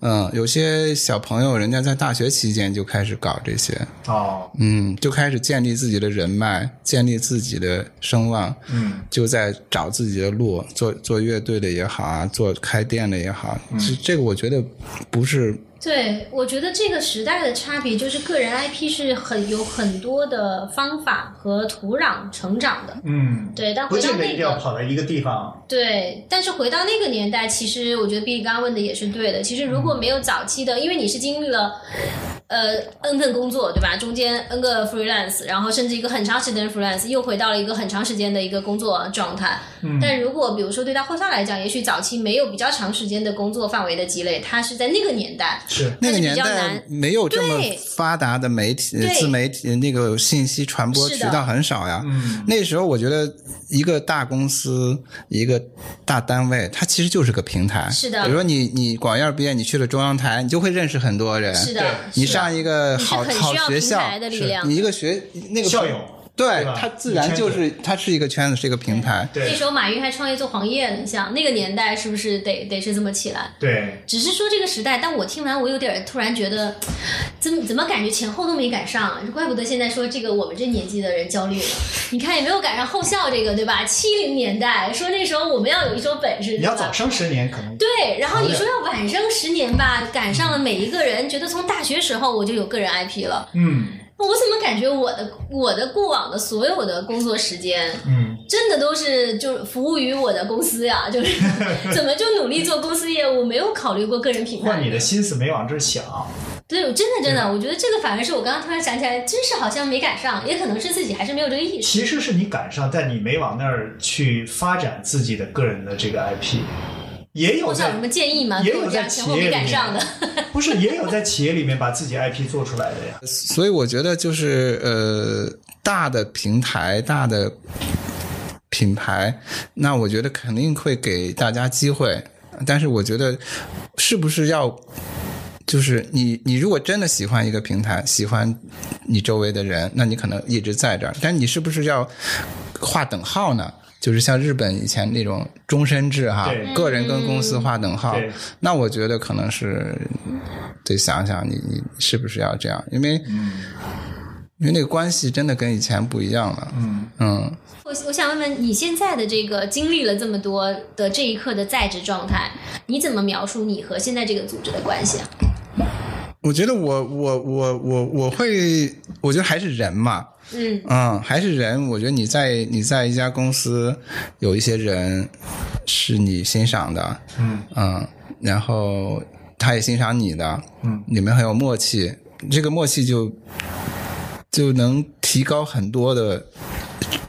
Speaker 2: 嗯
Speaker 1: 有些小朋友人家在大学期间就开始搞这些，
Speaker 2: 哦，
Speaker 1: 嗯，就开始建立自己的人脉，建立自己的声望，
Speaker 2: 嗯
Speaker 1: 就在找自己的路，做做乐队的也好啊，做开店的也好，
Speaker 2: 嗯
Speaker 1: 这、这个我觉得不是
Speaker 3: 对，我觉得这个时代的差别就是个人 IP 是很有很多的方法和土壤成长的。
Speaker 2: 嗯，
Speaker 3: 对，但
Speaker 2: 不
Speaker 3: 回到
Speaker 2: 见得一
Speaker 3: 那
Speaker 2: 定要
Speaker 3: 个
Speaker 2: 跑到一个地方。
Speaker 3: 对，但是回到那个
Speaker 2: 嗯
Speaker 3: 年代，其实我觉得 B 刚刚问的也是对的。其实如果没有早期的，因为你是经历了呃 n 份工作，对吧？中间 n 个 freelance，然后甚至一个很长时间的 freelance，又回到了一个很长时间的一个工作状态。
Speaker 2: 嗯
Speaker 3: 但如果比如说对他后校来讲，也许早期没有比较长时间的工作范围的积累，他是在那个年代，
Speaker 2: 是
Speaker 1: 那个
Speaker 3: 但是
Speaker 1: 年
Speaker 3: 比较
Speaker 1: 代
Speaker 3: 难
Speaker 1: 没有这么
Speaker 3: 对
Speaker 1: 发达的媒体、
Speaker 3: 对
Speaker 1: 自媒体那个信息传播
Speaker 3: 是
Speaker 1: 渠
Speaker 3: 的
Speaker 1: 道很少呀。
Speaker 2: 嗯
Speaker 1: 那时候我觉得一个大公司、一个大单位，它其实就是个平台。
Speaker 3: 是的
Speaker 1: 比如说你你广院毕业，你去了中央台，你就会认识很多人。
Speaker 3: 是的
Speaker 2: 对，
Speaker 1: 你
Speaker 3: 是的
Speaker 1: 上一个
Speaker 3: 你是
Speaker 1: 好
Speaker 3: 很需
Speaker 1: 好
Speaker 3: 要
Speaker 1: 学
Speaker 3: 平
Speaker 1: 校
Speaker 3: 台，的力量。
Speaker 1: 你一个学那个
Speaker 2: 校友，
Speaker 1: 对
Speaker 2: 对吧
Speaker 1: 它自然就是它是一个圈子，是一个平台。
Speaker 3: 那
Speaker 2: 对
Speaker 3: 时候马云还创业做黄页，你想那个年代是不是得得是这么起来？
Speaker 2: 对，
Speaker 3: 只是说这个时代，但我听完我有点儿突然觉得，怎么怎么感觉前后都没赶上？啊怪不得现在说这个我们这年纪的人焦虑了。你看也没有赶上后校这个，对吧？七零年代说那时候我们要有一手本事，
Speaker 2: 你
Speaker 3: 对
Speaker 2: 要
Speaker 3: 吧？
Speaker 2: 早生十年可能
Speaker 3: 对，然后你说要晚生十年吧，赶上了每一个人，觉得从大学时候我就有个人 IP 了。
Speaker 2: 嗯
Speaker 3: 我怎么感觉我的我的过往的所有的工作时间，
Speaker 2: 嗯
Speaker 3: 真的都是就是服务于我的公司呀，就是怎么就努力做公司业务，没有考虑过个人品
Speaker 2: 或者
Speaker 3: 牌。
Speaker 2: 你的心思没往这儿想，
Speaker 3: 对，我真的真的，我觉得这个反而是我刚刚突然想起来，真是好像没赶上，也可能是自己还是没有这个意识。
Speaker 2: 其实是你赶上，但你没往那儿去发展自己的个人的这个 IP，也有
Speaker 3: 我想有
Speaker 2: 在
Speaker 3: 什么建议吗？
Speaker 2: 也
Speaker 3: 给
Speaker 2: 有
Speaker 3: 我这
Speaker 2: 在
Speaker 3: 样前
Speaker 2: 企
Speaker 3: 后
Speaker 2: 业
Speaker 3: 没
Speaker 2: 里
Speaker 3: 赶
Speaker 2: 面
Speaker 3: 上的，
Speaker 2: 不是也有在企业里面把自己 IP 做出来的呀。
Speaker 1: 所以我觉得就是呃，大的平台、大的品牌，那我觉得肯定会给大家机会，但是我觉得是不是要？就是你，你如果真的喜欢一个平台，喜欢你周围的人，那你可能一直在这儿。但你是不是要划等号呢？就是像日本以前那种终身制哈
Speaker 2: 对，
Speaker 1: 个人跟公司划等号。
Speaker 2: 对
Speaker 1: 啊那我觉得可能是得想想你你是不是要这样，因为、
Speaker 2: 嗯
Speaker 1: 因为那个关系真的跟以前不一样了。
Speaker 2: 嗯
Speaker 1: 嗯，
Speaker 3: 我我想问问你现在的这个经历了这么多的这一刻的在职状态，你怎么描述你和现在这个组织的关系啊？
Speaker 1: 我觉得我我我我我会，我觉得还是人嘛，
Speaker 3: 嗯，
Speaker 1: 嗯，还是人。我觉得你在你在一家公司有一些人是你欣赏的，
Speaker 2: 嗯
Speaker 1: 嗯，然后他也欣赏你的，
Speaker 2: 嗯，
Speaker 1: 你们很有默契，这个默契就就能提高很多的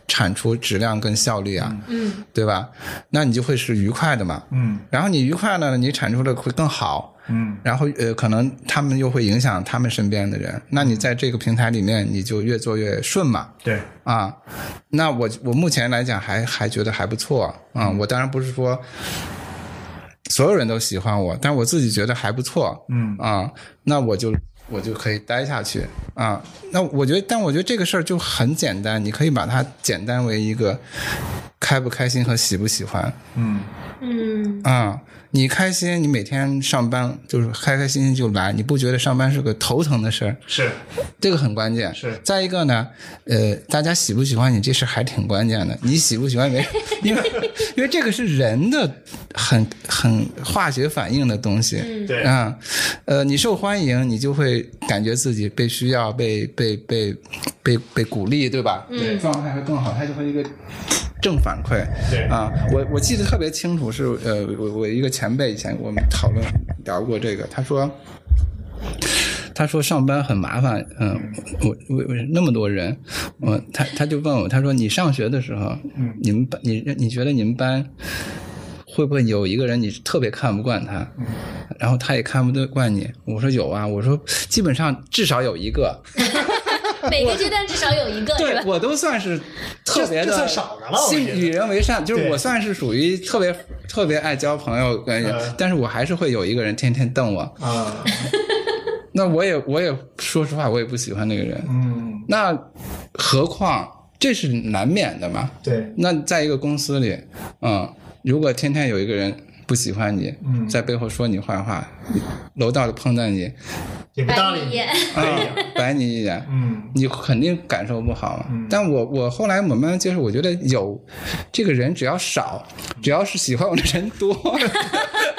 Speaker 1: 产出质量跟效率啊，
Speaker 3: 嗯，
Speaker 1: 对吧？那你就会是愉快的嘛，
Speaker 2: 嗯
Speaker 1: 然后你愉快呢，你产出的会更好，
Speaker 2: 嗯
Speaker 1: 然后呃，可能他们又会影响他们身边的人，那
Speaker 2: 嗯
Speaker 1: 你在这个平台里面你就越做越顺嘛，
Speaker 2: 对，
Speaker 1: 啊，那我我目前来讲还还觉得还不错啊、我当然不是说所有人都喜欢我，但我自己觉得还不错
Speaker 2: 嗯
Speaker 1: 啊、那我就我就可以待下去啊、那我觉得，但我觉得这个事儿就很简单，你可以把它简单为一个开不开心和喜不喜欢
Speaker 2: 嗯
Speaker 3: 嗯，
Speaker 1: 啊、你开心，你每天上班就是开开心心就来，你不觉得上班是个头疼的事儿？
Speaker 2: 是
Speaker 1: 这个很关键。
Speaker 2: 是
Speaker 1: 再一个呢，呃，大家喜不喜欢你这事还挺关键的。你喜不喜欢没？因为因为这个是人的很很化学反应的东西。嗯
Speaker 2: 对
Speaker 1: 啊、呃，你受欢迎，你就会感觉自己被需要、被被被被被鼓励，对吧？
Speaker 3: 嗯
Speaker 1: 状态会更好，它就会一个正反馈。
Speaker 2: 对
Speaker 1: 啊，我我记得特别清楚是，呃，我我一个前辈以前我们讨论聊过这个，他说。他说上班很麻烦，嗯，我我我那么多人，我他他就问我，他说你上学的时候，
Speaker 2: 嗯
Speaker 1: 你们班你你觉得你们班会不会有一个人你特别看不惯他，
Speaker 2: 嗯
Speaker 1: 然后他也看不得惯你？我说有啊，我说基本上至少有一个，
Speaker 3: 每个阶段至少有一 个，是
Speaker 1: 对
Speaker 3: 吧？
Speaker 1: 我都算是特别
Speaker 2: 这
Speaker 1: 的
Speaker 2: 算少的了我
Speaker 1: 信
Speaker 2: 觉得
Speaker 1: 与人为善，就是
Speaker 2: 对
Speaker 1: 我算是属于特别特别爱交朋友跟人
Speaker 2: 嗯，
Speaker 1: 但是我还是会有一个人天天瞪我，
Speaker 2: 啊
Speaker 1: 那我也我也说实话，我也不喜欢那个人，
Speaker 2: 嗯
Speaker 1: 那何况这是难免的嘛。
Speaker 2: 对
Speaker 1: 那在一个公司里，嗯，如果天天有一个人不喜欢你，
Speaker 2: 嗯
Speaker 1: 在背后说你坏话，楼道里碰到你，
Speaker 2: 也不搭
Speaker 3: 白
Speaker 2: 理
Speaker 3: 领
Speaker 2: 你，
Speaker 3: 业，
Speaker 1: 啊，
Speaker 2: 哎
Speaker 1: 白你一眼，
Speaker 2: 嗯
Speaker 1: 你肯定感受不好嘛。
Speaker 2: 嗯
Speaker 1: 但我我后来慢慢接受，我觉得有这个人只要少，只要是喜欢我的人多，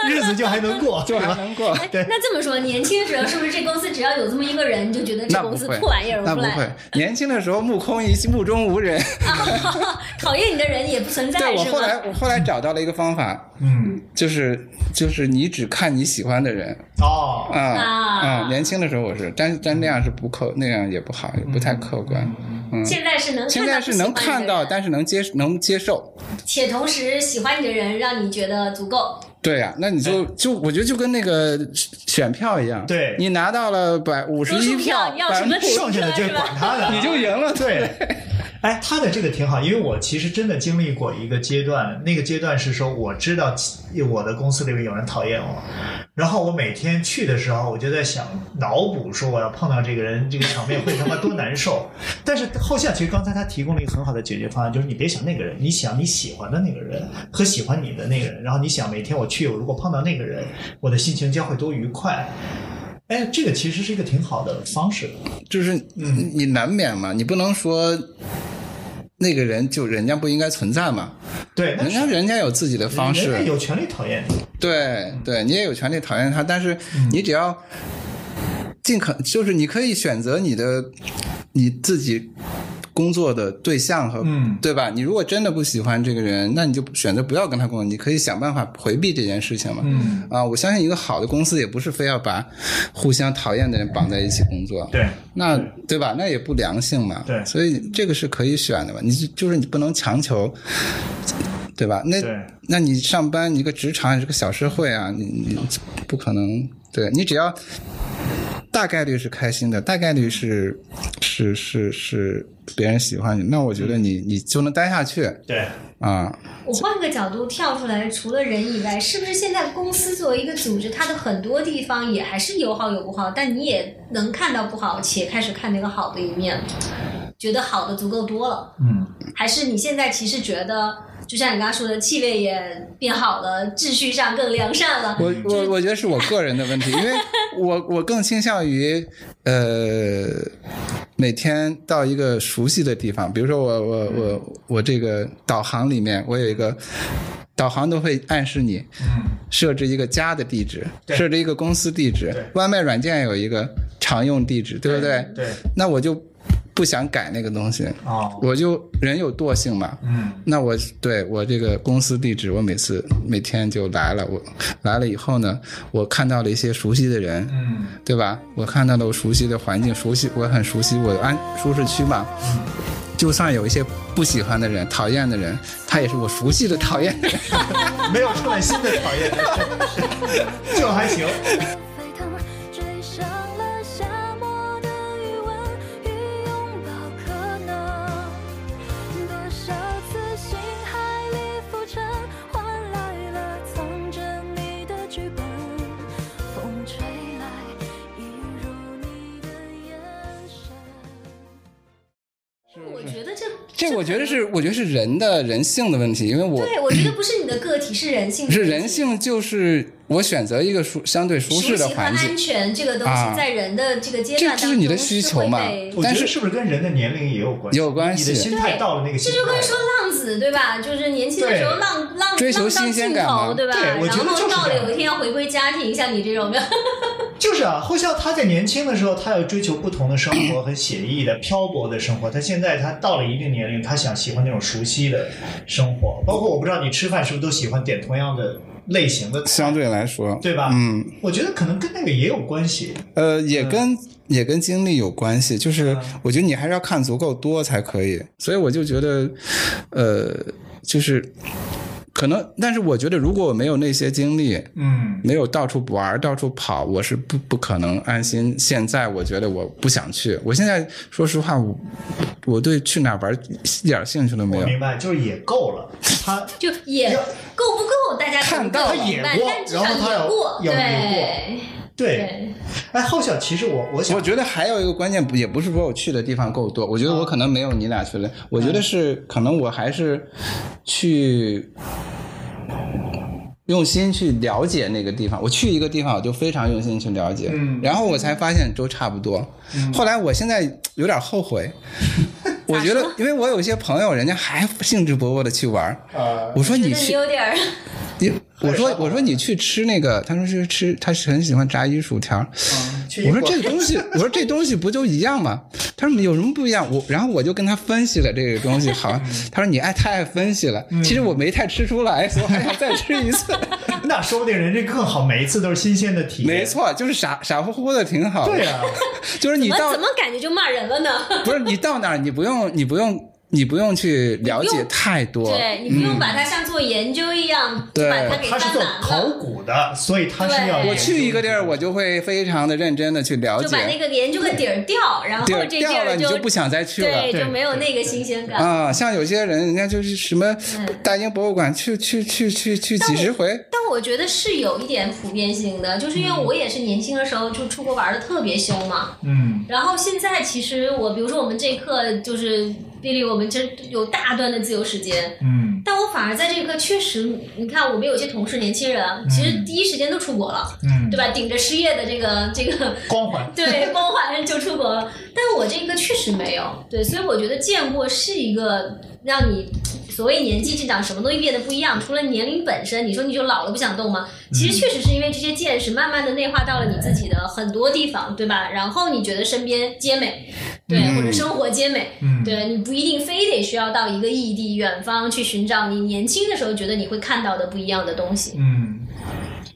Speaker 2: 日子就还能过，
Speaker 1: 就
Speaker 2: 对
Speaker 1: 还
Speaker 2: 吧？
Speaker 1: 能 过。
Speaker 2: 对
Speaker 3: 那这么说，年轻时候是不是这公司只要有这么一个人，你就觉得这
Speaker 1: 那
Speaker 3: 公
Speaker 1: 不
Speaker 3: 司
Speaker 1: 会
Speaker 3: 破玩意儿，
Speaker 1: 那
Speaker 3: 我
Speaker 1: 不
Speaker 3: 来
Speaker 1: 会。年轻的时候目空一目中无 人。
Speaker 3: 啊？ 讨厌你的人也不存在，
Speaker 1: 对我
Speaker 3: 是
Speaker 1: 后来嗯
Speaker 3: 吗？
Speaker 1: 我后来找到了一个方法，
Speaker 2: 嗯，
Speaker 1: 就是就是你只看你喜欢的人
Speaker 2: 哦，
Speaker 1: 啊
Speaker 3: 啊
Speaker 1: 啊！年轻的时候我是，但但那样是不客那样也不好，也不太客观。 嗯，
Speaker 3: 现在是能看到
Speaker 1: 现在是能看到，
Speaker 3: 不喜欢你的人
Speaker 1: 但是能接能接受。
Speaker 3: 且同时喜欢你的人让你觉得足够。
Speaker 1: 对呀、那你就就我觉得就跟那个选票一样，
Speaker 2: 对
Speaker 1: 你拿到了百五十
Speaker 3: 读
Speaker 1: 一
Speaker 3: 书票你要
Speaker 1: 百
Speaker 3: 什
Speaker 1: 分
Speaker 3: 么
Speaker 1: 之
Speaker 3: 纸
Speaker 2: 剩下的就管他的，
Speaker 1: 你就赢了。
Speaker 2: 对，哎，他的这个挺好，因为我其实真的经历过一个阶段，那个阶段是说我知道我的公司里面有人讨厌我，然后我每天去的时候，我就在想脑补说我要碰到这个人，这个场面会他妈多难受。但是后下其实刚才他提供了一个很好的解决方案，就是你别想那个人，你想你喜欢的那个人和喜欢你的那个人，然后你想每天我去，我如果碰到那个人，我的心情将会多愉快。哎，这个其实是一个挺好的方式。
Speaker 1: 就是你你难免嘛，你不能说那个人就人家不应该存在嘛，
Speaker 2: 对，那
Speaker 1: 人家人家有自己的方
Speaker 2: 人类
Speaker 1: 式，
Speaker 2: 有权利讨厌你。
Speaker 1: 对
Speaker 2: 嗯
Speaker 1: 对，你也有权利讨厌他，但是你只要尽可就是你可以选择你的你自己。工作的对象和，
Speaker 2: 嗯
Speaker 1: 对吧？你如果真的不喜欢这个人，那你就选择不要跟他工作，你可以想办法回避这件事情嘛。
Speaker 2: 嗯，
Speaker 1: 啊，我相信一个好的公司也不是非要把互相讨厌的人绑在一起工作，
Speaker 2: 对，
Speaker 1: 那对吧？那也不良性嘛。
Speaker 2: 对
Speaker 1: 所以这个是可以选的嘛。你就就是你不能强求，对吧？那
Speaker 2: 对
Speaker 1: 那你上班一个职场也是个小社会啊，你你不可能对你只要大概率是开心的，大概率是是是是别人喜欢你，那我觉得你你就能待下去
Speaker 2: 对，
Speaker 1: 啊。
Speaker 3: 我换个角度跳出来，除了人以外，是不是现在公司作为一个组织，它的很多地方也还是有好有不好，但你也能看到不好，且开始看那个好的一面，觉得好的足够多了？
Speaker 2: 嗯，
Speaker 3: 还是你现在其实觉得，就像你刚刚说的，气味也变好了，秩序上更良善了？
Speaker 1: 我我我觉得是我个人的问题，因为我我更倾向于呃每天到一个熟悉的地方，比如说我我我我这个导航里面，我有一个导航都会暗示你
Speaker 2: 嗯，
Speaker 1: 设置一个家的地址，
Speaker 2: 对
Speaker 1: 设置一个公司地址
Speaker 2: 对，
Speaker 1: 外卖软件有一个常用地址，对不对？
Speaker 2: 嗯对，
Speaker 1: 那我就不想改那个东西，
Speaker 2: 哦，
Speaker 1: 我就人有惰性嘛，
Speaker 2: 嗯，
Speaker 1: 那我对我这个公司地址，我每次每天就来了。我来了以后呢，我看到了一些熟悉的人，
Speaker 2: 嗯，
Speaker 1: 对吧？我看到了我熟悉的环境，熟悉我很熟悉我的安舒适区嘛。
Speaker 2: 嗯
Speaker 1: 就算有一些不喜欢的人、讨厌的人，他也是我熟悉的讨厌的人。
Speaker 2: 没有出来新的 讨厌，就还行。
Speaker 4: 沸腾，追上了沙漠的余温与拥抱可能。多少次星海里浮沉，换来了藏着你的剧本。风吹来，映入你的眼神。
Speaker 3: 我觉得这
Speaker 1: 这我觉得是，我觉得是人的人性的问题，因为我
Speaker 3: 对，我觉得不是你的个体，是人性，
Speaker 1: 是人。性，就是我选择一个舒相对舒
Speaker 3: 熟
Speaker 1: 适
Speaker 3: 悉
Speaker 1: 的
Speaker 3: 和
Speaker 1: 环
Speaker 3: 安
Speaker 1: 境。
Speaker 3: 全这个东西，
Speaker 1: 啊
Speaker 3: 在人的这个阶
Speaker 1: 这
Speaker 3: 段当
Speaker 1: 这
Speaker 3: 中，
Speaker 1: 是你的需求嘛
Speaker 2: 我觉得是不是跟人的年龄也有关系？
Speaker 1: 有关系
Speaker 2: 你的心态到了那个
Speaker 3: 这
Speaker 2: 心态，
Speaker 3: 就跟说浪子对吧？就是年轻的时候
Speaker 2: 对
Speaker 3: 浪浪
Speaker 1: 追求
Speaker 3: 浪到
Speaker 1: 新鲜
Speaker 3: 尽
Speaker 1: 感
Speaker 3: 头
Speaker 1: 嘛
Speaker 3: 对吧？
Speaker 2: 对我
Speaker 3: 然
Speaker 2: 觉得
Speaker 3: 后
Speaker 2: 就是
Speaker 3: 到
Speaker 2: 这
Speaker 3: 了
Speaker 2: 样
Speaker 3: 有一天要回归家庭，像你这种的，
Speaker 2: 就是啊。后校他在年轻的时候，他有追求不同的生活和写意的漂泊的生活。他现在他到了一定年龄，他想喜欢那种熟悉的生活。包括我不知道你吃饭是不是都喜欢点同样的类型的菜，
Speaker 1: 相对来说，
Speaker 2: 对吧？
Speaker 1: 嗯，
Speaker 2: 我觉得可能跟那个也有关系。
Speaker 1: 呃，也跟、也跟经历有关系，就是
Speaker 2: 嗯
Speaker 1: 我觉得你还是要看足够多才可以，所以我就觉得，呃，就是可能，但是我觉得如果我没有那些经历，
Speaker 2: 嗯，
Speaker 1: 没有到处玩、到处跑，我是不不可能安心。现在我觉得我不想去，我现在说实话，我我对去哪儿玩一点兴趣都没
Speaker 2: 我
Speaker 1: 有。
Speaker 2: 明白，就是也够了。他
Speaker 3: 就也
Speaker 2: 要
Speaker 3: 够不够？大家
Speaker 1: 看到
Speaker 3: 可
Speaker 1: 了
Speaker 3: 能明白
Speaker 2: 野过
Speaker 3: 但至
Speaker 2: 然后他
Speaker 3: 少
Speaker 2: 要
Speaker 3: 野过，
Speaker 2: 要
Speaker 3: 对
Speaker 2: 对，
Speaker 3: 对，
Speaker 2: 哎，后小其实我我想
Speaker 1: 我觉得还有一个关键，也不是说我去的地方够多，我觉得我可能没有你俩去的，我觉得是可能我还是去用心去了解那个地方。我去一个地方，我就非常用心去了解，
Speaker 2: 嗯
Speaker 1: 然后我才发现都差不多。后来我现在有点后悔，我觉得因为我有些朋友，人家还兴致勃勃的去玩儿，
Speaker 2: 呃
Speaker 1: 我说
Speaker 3: 觉
Speaker 1: 你
Speaker 3: 得你
Speaker 1: 去
Speaker 3: 有点儿
Speaker 1: 你我说
Speaker 2: 还有烧烤
Speaker 1: 我说你去吃那个，他说是吃，他是很喜欢炸鱼薯条。
Speaker 2: 嗯，去
Speaker 1: 我
Speaker 2: 英
Speaker 1: 说
Speaker 2: 国
Speaker 1: 这个东西，我说这东西不就一样吗？他说有什么不一样？我然后我就跟他分析了这个东西，好像他说你爱太爱分析了，其实我没太吃出来，所以我还想再吃一次。
Speaker 2: 那说不定人家更好，每一次都是新鲜的体验。
Speaker 1: 没，错，就是傻傻乎乎的，挺好的。
Speaker 2: 对啊，
Speaker 1: 就是 你
Speaker 3: 我
Speaker 1: 到
Speaker 3: 怎么感觉就骂人了呢？
Speaker 1: 不是你到那儿，你不用你不用你不用去了
Speaker 3: 你不
Speaker 1: 解
Speaker 3: 用
Speaker 1: 太多，
Speaker 3: 对你不用把它像做研究一样，
Speaker 1: 嗯
Speaker 3: 就
Speaker 1: 对
Speaker 3: 把它给
Speaker 2: 他是
Speaker 3: 翻
Speaker 2: 做
Speaker 3: 完
Speaker 2: 考
Speaker 3: 了。
Speaker 2: 古的，所以他是要
Speaker 3: 对
Speaker 1: 我去一个地儿，我就会非常的认真的去了
Speaker 3: 就把那
Speaker 1: 解，
Speaker 3: 个研究个底儿掉，然后
Speaker 1: 地儿
Speaker 3: 这地
Speaker 1: 掉了
Speaker 3: 儿
Speaker 1: 你就不想再去了
Speaker 3: 对，
Speaker 2: 对
Speaker 3: 就没有那个新鲜感。
Speaker 1: 啊、像有些人，人家就是什么大英博物馆去去去去去几十回，
Speaker 3: 嗯但我觉得是有一点普遍性的，就是因为我也是年轻的时候就出国玩的特别凶嘛。
Speaker 2: 嗯，
Speaker 3: 然后现在其实我，比如说我们这一课就是哔哩，我们真有大段的自由时间。
Speaker 2: 嗯
Speaker 3: 但我反而在这一刻确实，你看我们有些同事年轻人，啊其实第一时间都出国了，
Speaker 2: 嗯，
Speaker 3: 对吧？顶着失业的这个这个
Speaker 2: 光环。
Speaker 3: 对光环就出国了，但我这个确实没有，对，所以我觉得见过是一个让你所谓年纪增长，什么东西变得不一样，除了年龄本身，你说你就老了不想动吗？其
Speaker 2: 嗯
Speaker 3: 实确实是因为这些见识慢慢的内化到了你自己的很多地方，对吧？然后你觉得身边街美，对，
Speaker 1: 嗯
Speaker 3: 或者生活街美，
Speaker 2: 嗯
Speaker 3: 对你不一定非得需要到一个异地远方去寻找你年轻的时候觉得你会看到的不一样的东西。
Speaker 2: 嗯，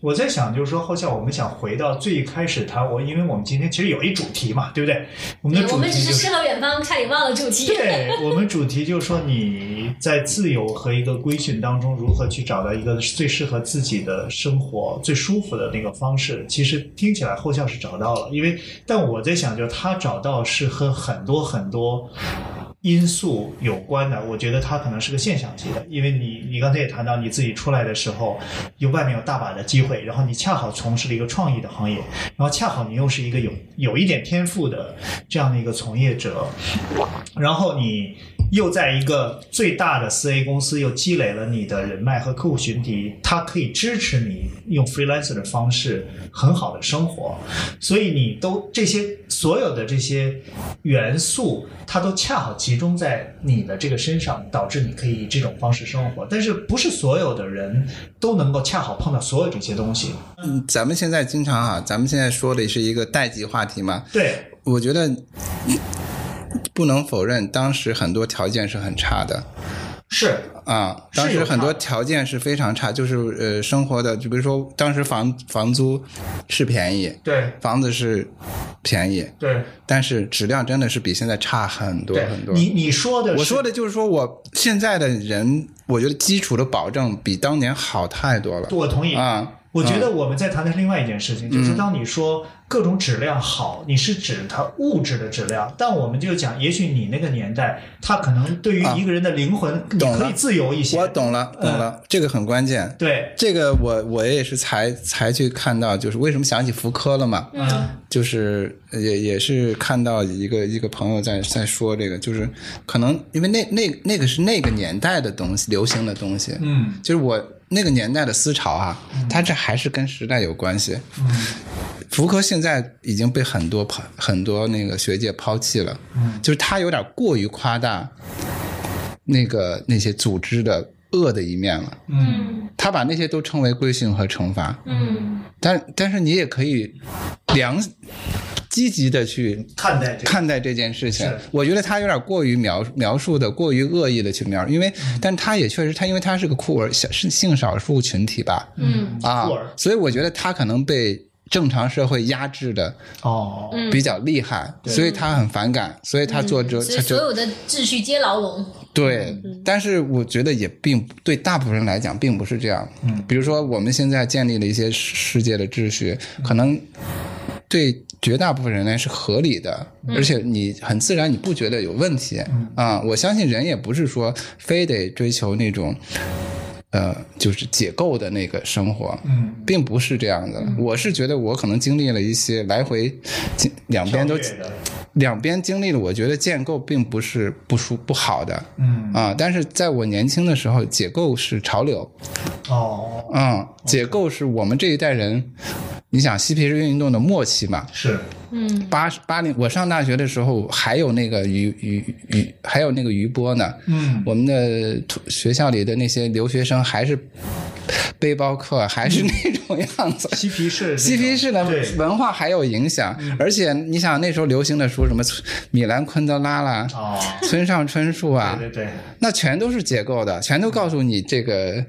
Speaker 2: 我在想，就是说，后校我们想回到最开始它，我因为我们今天其实有一主题嘛，对不对？我们的
Speaker 3: 对，我
Speaker 2: 主题
Speaker 3: 们只
Speaker 2: 就是
Speaker 3: 诗和远方差点忘了主题。
Speaker 2: 对我们主题就是说你在自由和一个规训当中，如何去找到一个最适合自己的生活、最舒服的那个方式。其实听起来后校是找到了，因为但我在想，就是他找到是和很多很多。因素有关的，我觉得它可能是个现象级的，因为你你刚才也谈到你自己出来的时候，有外面有大把的机会，然后你恰好从事了一个创意的行业，然后恰好你又是一个有有一点天赋的这样的一个从业者，然后你又在一个最大的四 A 公司又积累了你的人脉和客户群体，它可以支持你用 freelancer 的方式很好的生活，所以你都这些所有的这些元素，它都恰好集中在你的这个身上，导致你可以以这种方式生活。但是不是所有的人都能够恰好碰到所有这些东西？
Speaker 1: 嗯，咱们现在经常啊，咱们现在说的是一个代际话题嘛，
Speaker 2: 对，
Speaker 1: 我觉得不能否认，当时很多条件是很差的
Speaker 2: 是，
Speaker 1: 啊，
Speaker 2: 是有
Speaker 1: 当时很多
Speaker 2: 差的
Speaker 1: 条件是非常差，就是呃，生活的，就比如说当时房房租是便宜，
Speaker 2: 对，
Speaker 1: 房子是便宜，
Speaker 2: 对，
Speaker 1: 但是质量真的是比现在差很多
Speaker 2: 对
Speaker 1: 很，多。
Speaker 2: 你你说的是，
Speaker 1: 我说的就是说，我现在的人，我觉得基础的保证比当年好太多了
Speaker 2: 我同意
Speaker 1: 啊。
Speaker 2: 我觉得我们在谈的是另外一件事
Speaker 1: 嗯
Speaker 2: 情，就是当你说各种质量好，你是指它物质的质量，但我们就讲，也许你那个年代，它可能对于一个人的灵魂，你
Speaker 1: 啊懂
Speaker 2: 可以
Speaker 1: 了
Speaker 2: 自由一些。嗯
Speaker 1: 我懂了，懂了，这个很关键。
Speaker 2: 对，
Speaker 1: 这个我我也是才才去看到，就是为什么想起福柯了嘛，
Speaker 2: 嗯
Speaker 1: 就是也也是看到一个一个朋友在在说这个，就是可能因为那那那个是那个年代的东西，流行的东西，
Speaker 2: 嗯
Speaker 1: 就是我那个年代的思潮啊，它这还是跟时代有关系。
Speaker 2: 嗯
Speaker 1: 福柯现在已经被很多朋很多那个学界抛弃了，
Speaker 2: 嗯
Speaker 1: 就是他有点过于夸大那个那些组织的恶的一面了。
Speaker 2: 嗯
Speaker 1: 他把那些都称为规训和惩罚，
Speaker 3: 嗯
Speaker 1: 但但是你也可以良积极的去
Speaker 2: 看待这个，
Speaker 1: 看待这件事情
Speaker 2: 是。
Speaker 1: 我觉得他有点过于描描述的过于恶意的去描述，因为
Speaker 2: 嗯
Speaker 1: 但他也确实他因为他是个酷儿小是性少数群体吧，
Speaker 3: 嗯
Speaker 1: 啊
Speaker 2: 酷儿，
Speaker 1: 所以我觉得他可能被正常社会压制的
Speaker 2: 哦，
Speaker 3: 嗯，
Speaker 1: 比较厉害，所以他很反感，所以他做这
Speaker 3: 所以
Speaker 1: 他
Speaker 3: 所
Speaker 1: 就
Speaker 3: 有的秩序皆牢笼。
Speaker 1: 对。但是我觉得也并不对大部分人来讲并不是这样。
Speaker 2: 嗯
Speaker 1: 比如说我们现在建立了一些世世界的秩序，
Speaker 2: 嗯
Speaker 1: 可能对绝大部分人来是合理的，而且你很自然你不觉得有问题
Speaker 2: 嗯
Speaker 1: 啊。我相信人也不是说非得追求那种。呃，就是解构的那个生活，
Speaker 2: 嗯
Speaker 1: 并不是这样的。我是觉得我可能经历了一些来回，经两边都
Speaker 2: 跳跃的
Speaker 1: 两边经历了，我觉得建构并不是不舒不好的
Speaker 2: 嗯
Speaker 1: 啊、但是在我年轻的时候，解构是潮流，
Speaker 2: 哦，
Speaker 1: 嗯，解构是我们这一代人，你想嬉皮士运动的末期嘛。
Speaker 2: 是，
Speaker 3: 嗯
Speaker 1: 八十八零，我上大学的时候还有那个余余余，还有那个余波呢。
Speaker 2: 嗯
Speaker 1: 我们的同学校里的那些留学生还是背包客还
Speaker 2: 嗯
Speaker 1: 是那种样子。
Speaker 2: 嬉皮士，
Speaker 1: 嬉皮士的
Speaker 2: 对嗯
Speaker 1: 文化还有影响，而且你想那时候流行的书，什么米兰昆德拉啦、
Speaker 2: 哦，
Speaker 1: 村上春树啊，
Speaker 2: 对对对，
Speaker 1: 那全都是解构的，全都告诉你这个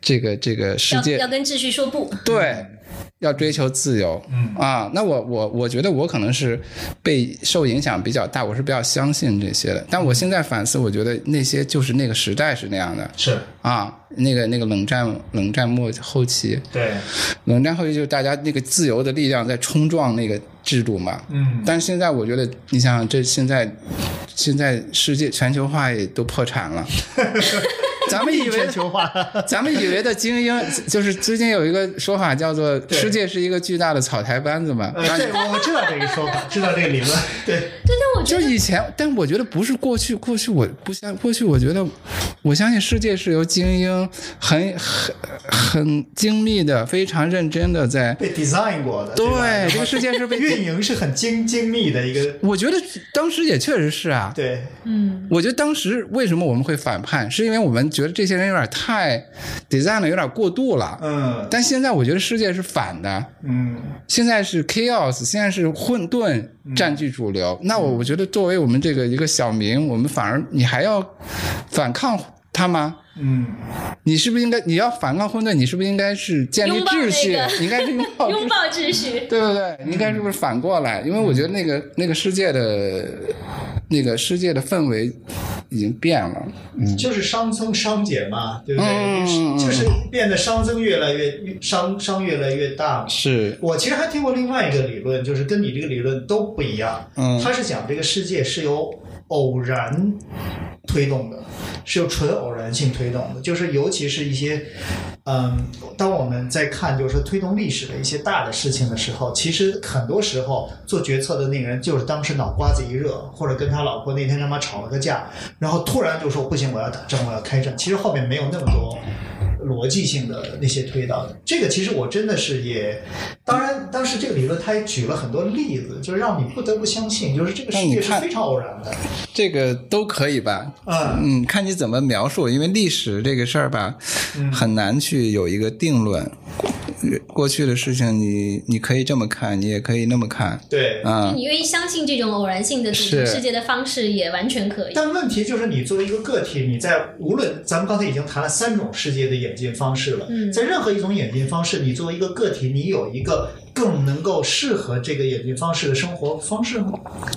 Speaker 1: 这个这个世
Speaker 3: 要
Speaker 1: 界
Speaker 3: 要跟秩序说不。
Speaker 1: 对，要追求自由。
Speaker 2: 嗯
Speaker 1: 啊，那我我我觉得我可能是被受影响比较大，我是比较相信这些的。但我现在反思，我觉得那些就是那个时代是那样的
Speaker 2: 是
Speaker 1: 啊，那个那个冷战冷战末后期，
Speaker 2: 对，
Speaker 1: 冷战后期就是大家那个自由的力量在冲撞那个制度嘛。
Speaker 2: 嗯，
Speaker 1: 但是现在我觉得，你想想，这现在现在世界全球化也都破产 了，咱们以为
Speaker 2: 全球 化，
Speaker 1: 咱们以为的精英，就是最近有一个说法叫做“世界是一个巨大的草台班子”嘛。
Speaker 2: 呃，对，我知道这个说法，知道这个理论，对，
Speaker 3: 对，但我觉
Speaker 1: 就
Speaker 3: 得
Speaker 1: 是以前，但我觉得不是过去，过去我不相，过去我觉得，我相信世界是由精英很很很精密的、非常认真的在
Speaker 2: 被 design 过的，吧
Speaker 1: 对这个世界是被
Speaker 2: 运营是很精精密的一个，
Speaker 1: 我觉得当时也确实是啊，
Speaker 2: 对，
Speaker 3: 嗯，
Speaker 1: 我觉得当时为什么我们会反叛，是因为我们觉得这些人有点太 design 的有点过度了。
Speaker 2: 嗯
Speaker 1: 但现在我觉得世界是反的，
Speaker 2: 嗯，
Speaker 1: 现在是 chaos，现在是混沌占据主流。那我我觉得作为我们这个一个小民，我们反而你还要反抗他吗？
Speaker 2: 嗯，
Speaker 1: 你是不是应该你要反抗混沌？你是不是应该是建立
Speaker 3: 拥抱
Speaker 1: 秩 序？
Speaker 3: 那个
Speaker 1: 你应该是拥抱秩序
Speaker 3: 拥抱秩序。
Speaker 1: 对不对？应该是不是反过来？因为我觉得那个那个世界的那个世界的氛围已经变了。
Speaker 2: 就是商增商减嘛，对不
Speaker 1: 嗯嗯嗯嗯
Speaker 2: 对？就是变得商增越来越越商商越来越大嘛。
Speaker 1: 是，
Speaker 2: 我其实还听过另外一个理论，就是跟你这个理论都不一样。
Speaker 1: 嗯
Speaker 2: 他是讲这个世界是由偶然推动的，是由纯偶然性推动的，就是尤其是一些，嗯，当我们在看就是说推动历史的一些大的事情的时候，其实很多时候做决策的那个人就是当时脑瓜子一热，或者跟他老婆那天他妈吵了个架，然后突然就说不行，我要打仗，我要开战。其实后面没有那么多。逻辑性的那些推导的。这个其实我真的是也，当然当时这个理论他也举了很多例子，就让你不得不相信，就是这个世
Speaker 1: 那
Speaker 2: 界
Speaker 1: 你
Speaker 2: 是
Speaker 1: 看
Speaker 2: 非常偶然的。
Speaker 1: 这个都可以吧？
Speaker 2: 嗯
Speaker 1: 嗯，看你怎么描述，因为历史这个事儿吧，很难去有一个定论。过去的事情你，你可以这么看，你也可以那么看。
Speaker 2: 对。
Speaker 1: 啊、
Speaker 3: 就你愿意相信这种偶然性的组成
Speaker 1: 是嗯
Speaker 3: 世界的方式，也完全可以。
Speaker 2: 但问题就是，你作为一个个体，你在无论咱们刚才已经谈了三种世界的演进方式了，
Speaker 3: 嗯
Speaker 2: 在任何一种演进方式，你作为一个个体，你有一个更能够适合这个演进方式的生活方式吗？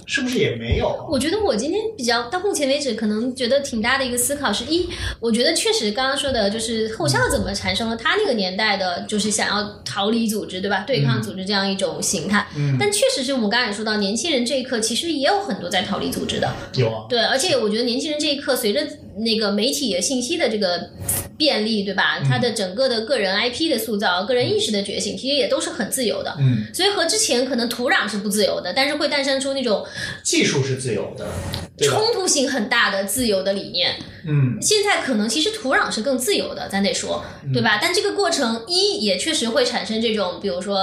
Speaker 2: 是不是也没有？
Speaker 3: 我觉得我今天比较到目前为止，可能觉得挺大的一个思考是一，我觉得确实刚刚说的就是后校怎么产生了他那个年代的，就是想要逃离组织，对
Speaker 1: 嗯
Speaker 3: 吧？对抗组织这样一种形态。
Speaker 2: 嗯，
Speaker 3: 但确实是我们刚才也说到，年轻人这一刻其实也有很多在逃离组织的，
Speaker 2: 有啊，
Speaker 3: 对，而且我觉得年轻人这一刻，随着那个媒体信息的这个便利，对
Speaker 2: 嗯
Speaker 3: 吧？他的整个的个人 IP 的塑造、个人意识的觉醒，其实也都是很自由的。
Speaker 2: 嗯，
Speaker 3: 所以和之前可能土壤是不自由的，但是会诞生出那种
Speaker 2: 技术是自由的，对吧？
Speaker 3: 冲突性很大的自由的理念。
Speaker 2: 嗯，
Speaker 3: 现在可能其实土壤是更自由的，咱得说，对吧？但这个过程一也确实会产生这种，比如说。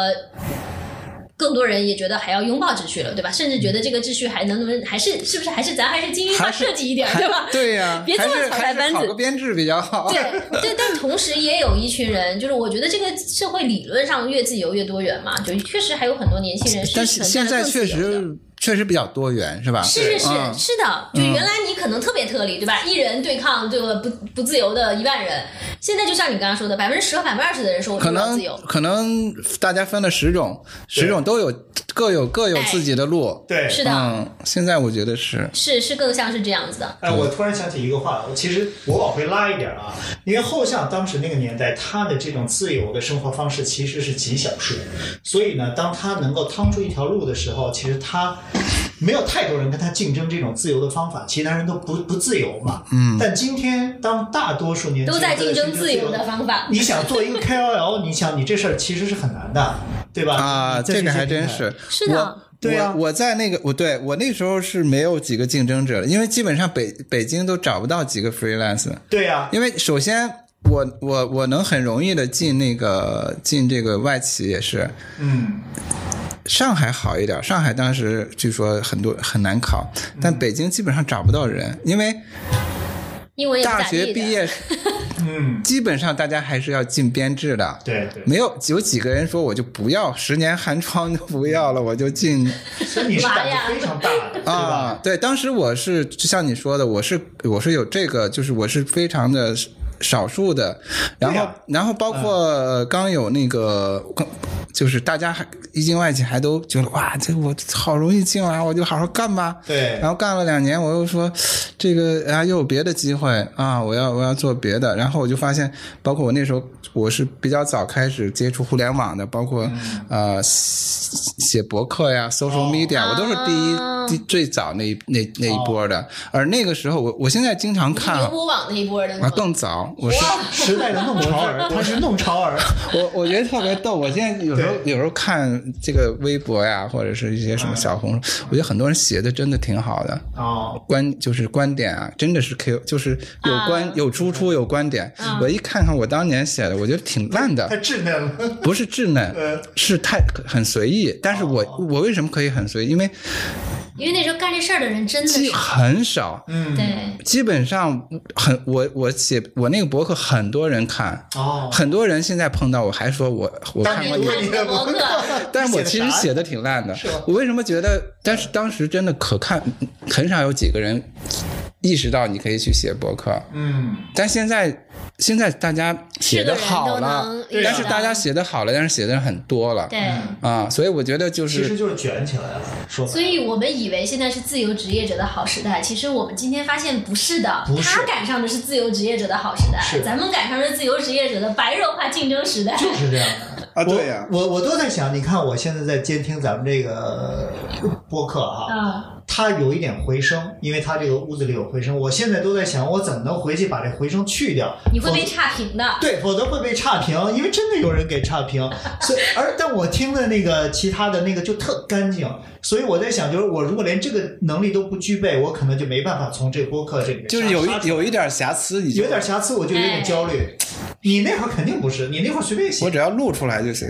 Speaker 3: 更多人也觉得还要拥抱秩序了，对吧？甚至觉
Speaker 2: 嗯
Speaker 3: 得这个秩序还能不能还是是不是还是咱还是精英化
Speaker 1: 还是
Speaker 3: 设计一点，对吧？
Speaker 1: 对呀、
Speaker 3: 别这
Speaker 1: 还
Speaker 3: 么
Speaker 1: 是
Speaker 3: 草
Speaker 1: 还
Speaker 3: 台
Speaker 1: 是
Speaker 3: 班子
Speaker 1: 考个编制比较好。
Speaker 3: 对对，但同时也有一群人，就是我觉得这个社会理论上越自由越多元嘛，就确实还有很多年轻人是
Speaker 1: 但是现
Speaker 3: 存
Speaker 1: 在
Speaker 3: 在
Speaker 1: 确实确实比较多元，是吧？
Speaker 3: 是是是
Speaker 1: 嗯
Speaker 3: 是的，就原来你可能特别特例，对吧？一人对抗这个不不自由的一万人，现在就像你刚刚说的，百分之十和百分之二十的人说我
Speaker 1: 可
Speaker 3: 就要
Speaker 1: 能
Speaker 3: 自由，
Speaker 1: 可能大家分了十种，十种都有各有各有自己的路。
Speaker 2: 对，
Speaker 3: 哎是的，
Speaker 1: 嗯，现在我觉得是
Speaker 3: 是是更像是这样子的，
Speaker 2: 哎，我突然想起一个话，我其实我往回拉一点啊，因为后巷当时那个年代，他的这种自由的生活方式其实是极少数，所以呢，当他能够趟出一条路的时候，其实他没有太多人跟他竞争这种自由的方法，其他人都不不自由嘛。嗯。但今天，当大多数年轻人
Speaker 3: 都在
Speaker 2: 都
Speaker 3: 竞争自由的方法。
Speaker 2: 你想做一个 KOL，你想你这事儿其实是很难的，对吧？
Speaker 1: 啊，
Speaker 2: 在
Speaker 1: 这个
Speaker 2: 些
Speaker 1: 还
Speaker 2: 平
Speaker 1: 真
Speaker 2: 台
Speaker 1: 是。
Speaker 3: 是的
Speaker 1: 我
Speaker 2: 对啊
Speaker 1: 我我在那个我对我那时候是没有几个竞争者的，因为基本上北北京都找不到几个 freelance。
Speaker 2: 对啊呀、
Speaker 1: 因为首先我我我能很容易的进那个进这个外企也是，
Speaker 2: 嗯，
Speaker 1: 上海好一点，上海当时据说很多很难考，但北京基本上找不到人，因为
Speaker 3: 英文也不
Speaker 1: 大
Speaker 3: 咋地
Speaker 1: 学
Speaker 3: 的
Speaker 1: 毕业，
Speaker 2: 嗯，
Speaker 1: 基本上大家还是要进编制的。
Speaker 2: 对对。
Speaker 1: 没有有几个人说我就不要十年寒窗就不要了，我就进
Speaker 2: 所以你是胆子非常大的，对吧？
Speaker 1: 啊，对，当时我是就像你说的，我是我是有这个，就是我是非常的少数的，然后、
Speaker 2: 对啊嗯
Speaker 1: 然后包括、呃刚有那个刚就是大家还一进外企还都觉得哇，这我好容易进来，我就好好干吧。
Speaker 2: 对
Speaker 1: 然后干了两年，我又说 这个啊又有别的机会啊，我要我要做别的。然后我就发现，包括我那时候我是比较早开始接触互联网的，包括、
Speaker 3: 嗯
Speaker 1: 呃写写博客呀、social media，、我都是第一、
Speaker 3: 啊
Speaker 1: 第最早那一那那一波的。而那个时候我我现在经常看
Speaker 3: 牛博网那一波的吗
Speaker 1: 啊，更早，我是
Speaker 2: 时代的弄潮儿，他是弄潮儿，
Speaker 1: 我我觉得特别逗。我现在有时候
Speaker 2: 对
Speaker 1: 有时候看这个微博呀，或者是一些什么小红书，我觉得很多人写的真的挺好的。
Speaker 2: 哦，
Speaker 1: 观就是观点啊，真的是 Q，就是有观、
Speaker 3: 啊嗯
Speaker 1: 有输出有观点。我一看看我当年写的，我觉得挺烂
Speaker 2: 哦太
Speaker 1: 的，
Speaker 2: 稚嫩 了，
Speaker 1: 不是稚嫩
Speaker 2: 呃，哦
Speaker 1: 是太很随意。但是我、我为什么可以很随意？因为
Speaker 3: 因为那时候干这事儿的人真的
Speaker 1: 基
Speaker 3: 是
Speaker 1: 很少，
Speaker 2: 嗯，
Speaker 3: 对，
Speaker 1: 基本上很我我写我那个博客很多人看，
Speaker 2: 哦，
Speaker 1: 很多人现在碰到我还说我我
Speaker 2: 当
Speaker 1: 看
Speaker 2: 年
Speaker 1: 过
Speaker 2: 读
Speaker 1: 你
Speaker 3: 看
Speaker 2: 过你
Speaker 3: 你的
Speaker 2: 的
Speaker 3: 博客
Speaker 1: 但是我
Speaker 2: 你
Speaker 1: 其
Speaker 2: 写的
Speaker 1: 实
Speaker 2: 啥
Speaker 1: 写的挺烂的
Speaker 2: 是吧。
Speaker 1: 我为什么觉得？但是当时真的可看，很少有几个人意识到你可以去写博客。
Speaker 2: 嗯，
Speaker 1: 但现在现在大家写的好了，
Speaker 3: 是的人都能
Speaker 1: 但
Speaker 2: 遇
Speaker 1: 是
Speaker 2: 到
Speaker 1: 大家写的好了，但是写的人很多了。
Speaker 3: 对。
Speaker 1: 啊，所以我觉得就
Speaker 2: 其实
Speaker 1: 是
Speaker 2: 就是卷起来了，说白
Speaker 3: 所
Speaker 2: 了
Speaker 3: 以我们以为现在是自由职业者的好时代，其实我们今天发现不是的，
Speaker 2: 不是
Speaker 3: 他赶上的是自由职业者的好时代，
Speaker 2: 是
Speaker 3: 咱们赶上的是自由职业者的白热化竞争时代。
Speaker 2: 是这样的。
Speaker 1: 啊
Speaker 2: 我我我都在想，你看我现在在监听咱们这个播客哈，
Speaker 3: 啊，
Speaker 2: 它有一点回声，因为它这个屋子里有回声。我现在都在想，我怎么能回去把这回声去掉？
Speaker 3: 你会
Speaker 2: 否
Speaker 3: 被差评的。
Speaker 2: 对，否则会被差评，因为真的有人给差评。所以，而但我听的那个其他的那个就特干净，所以我在想，就是我如果连这个能力都不具备，我可能就没办法从这播客这里面
Speaker 1: 就是有
Speaker 2: 杀
Speaker 1: 一
Speaker 2: 出来
Speaker 1: 有一点瑕疵，你就
Speaker 2: 有点瑕疵，我就有点焦虑。你那会儿肯定不是，你那会儿随便写
Speaker 1: 我。只要录出来就行。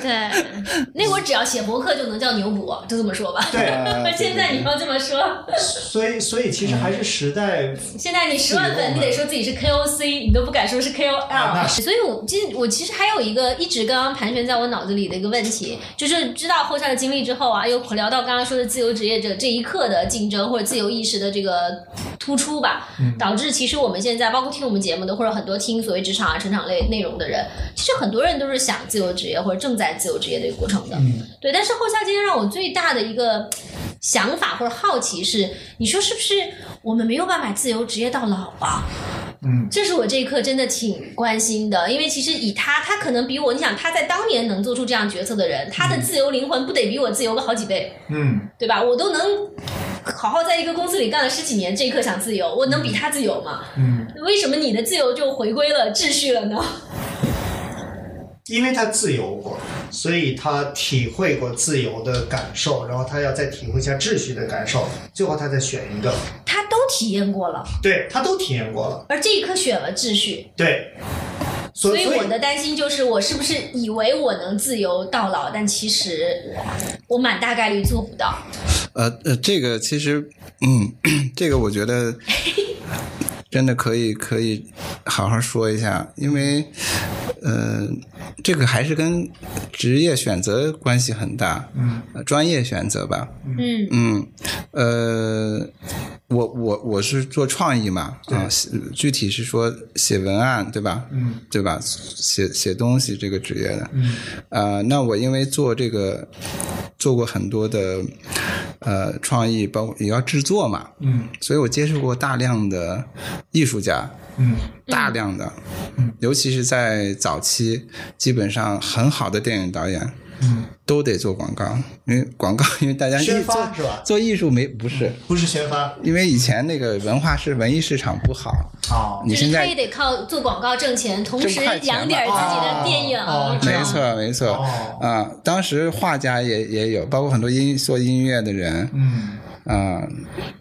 Speaker 3: 对，那会儿只要写博客就能叫牛博，就这么说吧。
Speaker 2: 对，
Speaker 1: 啊
Speaker 3: 现在你要这么说，
Speaker 2: 所以所以其实还是时代
Speaker 3: 现在你十万粉，你得说自己是 KOC，你都不敢说是 KOL。
Speaker 2: 啊那
Speaker 3: 所以我其实我其实还有一个一直刚刚盘旋在我脑子里的一个问题，就是知道后山的经历之后啊，又聊到刚刚说的自由职业者这一刻的竞争或者自由意识的这个突出吧，导致其实我们现在包括听我们节目的或者很多听所谓职场啊成长类内容的人，其实很多人都是想自由职业或者正在自由职业的一个过程的。对，但是后夏今天让我最大的一个想法或者好奇是，你说是不是我们没有办法自由职业到老啊？
Speaker 2: 嗯，
Speaker 3: 这是我这一刻真的挺关心的，因为其实以他，他可能比我，你想他在当年能做出这样决策的人，他的自由灵魂不得比我自由个好几倍，
Speaker 2: 嗯
Speaker 3: 对吧？我都能好好在一个公司里干了十几年，这一刻想自由，我能比他自由吗？
Speaker 2: 嗯，
Speaker 3: 为什么你的自由就回归了秩序了呢？
Speaker 2: 因为他自由过，所以他体会过自由的感受，然后他要再体会一下秩序的感受，最后他再选一个。
Speaker 3: 他都体验过了，
Speaker 2: 对他都体验过了，
Speaker 3: 而这一刻选了秩序，
Speaker 2: 对，所
Speaker 3: 所以我的担心就是，我是不是以为我能自由到老，但其实我蛮大概率做不到。
Speaker 1: 呃呃，这个其实，嗯， 这个我觉 得真的可以可以好好说一下，因为，呃，这个还是跟职业选择关系很大，嗯、专业选择吧，
Speaker 3: 嗯
Speaker 1: 嗯，呃，我我我是做创意嘛，啊，写具体是说写文案对吧？嗯，对吧？写写东西这个职业的，嗯，啊，那我因为做这个做过很多的呃创意，包括也要制作嘛，
Speaker 2: 嗯
Speaker 1: 所以我接触过大量的艺术家，
Speaker 2: 嗯
Speaker 1: 大量的，尤其是在早期，基本上很好的电影导演，
Speaker 2: 嗯，
Speaker 1: 都得做广告，因为广告，因为大家艺
Speaker 2: 宣
Speaker 1: 做
Speaker 2: 发是吧？
Speaker 1: 做艺术没不是，
Speaker 2: 不是宣发
Speaker 1: 因为以前那个文化市文艺市场不好，
Speaker 2: 哦，
Speaker 1: 你
Speaker 3: 就是
Speaker 1: 现
Speaker 3: 他
Speaker 1: 在
Speaker 3: 也得靠做广告挣钱，同时
Speaker 1: 挣快钱
Speaker 3: 养点儿自己的电影。
Speaker 2: 哦哦这
Speaker 1: 没
Speaker 2: 样
Speaker 1: 错没错
Speaker 2: 哦
Speaker 1: 啊，当时画家也也有，包括很多音做音乐的人
Speaker 2: 嗯
Speaker 1: 啊，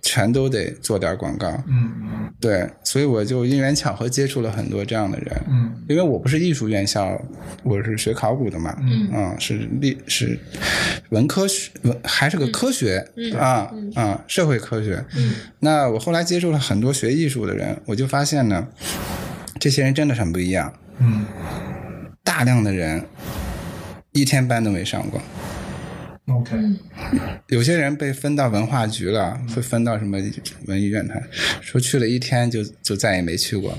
Speaker 1: 全都得做点广告，
Speaker 2: 嗯
Speaker 1: 对，所以我就因缘巧合接触了很多这样的人，
Speaker 2: 嗯
Speaker 1: 因为我不是艺术院校，我是学考古的嘛，嗯，啊、是历是文科学，文还是个科学，嗯啊啊，社会科学，嗯，那我后来接触了很多学艺术的人，我就发现呢，这些人真的很不一样，
Speaker 2: 嗯，
Speaker 1: 大量的人一天班都没上过。
Speaker 2: OK，
Speaker 1: 有些人被分到文化局了，会分到什么文艺院团，说去了一天就就再也没去过。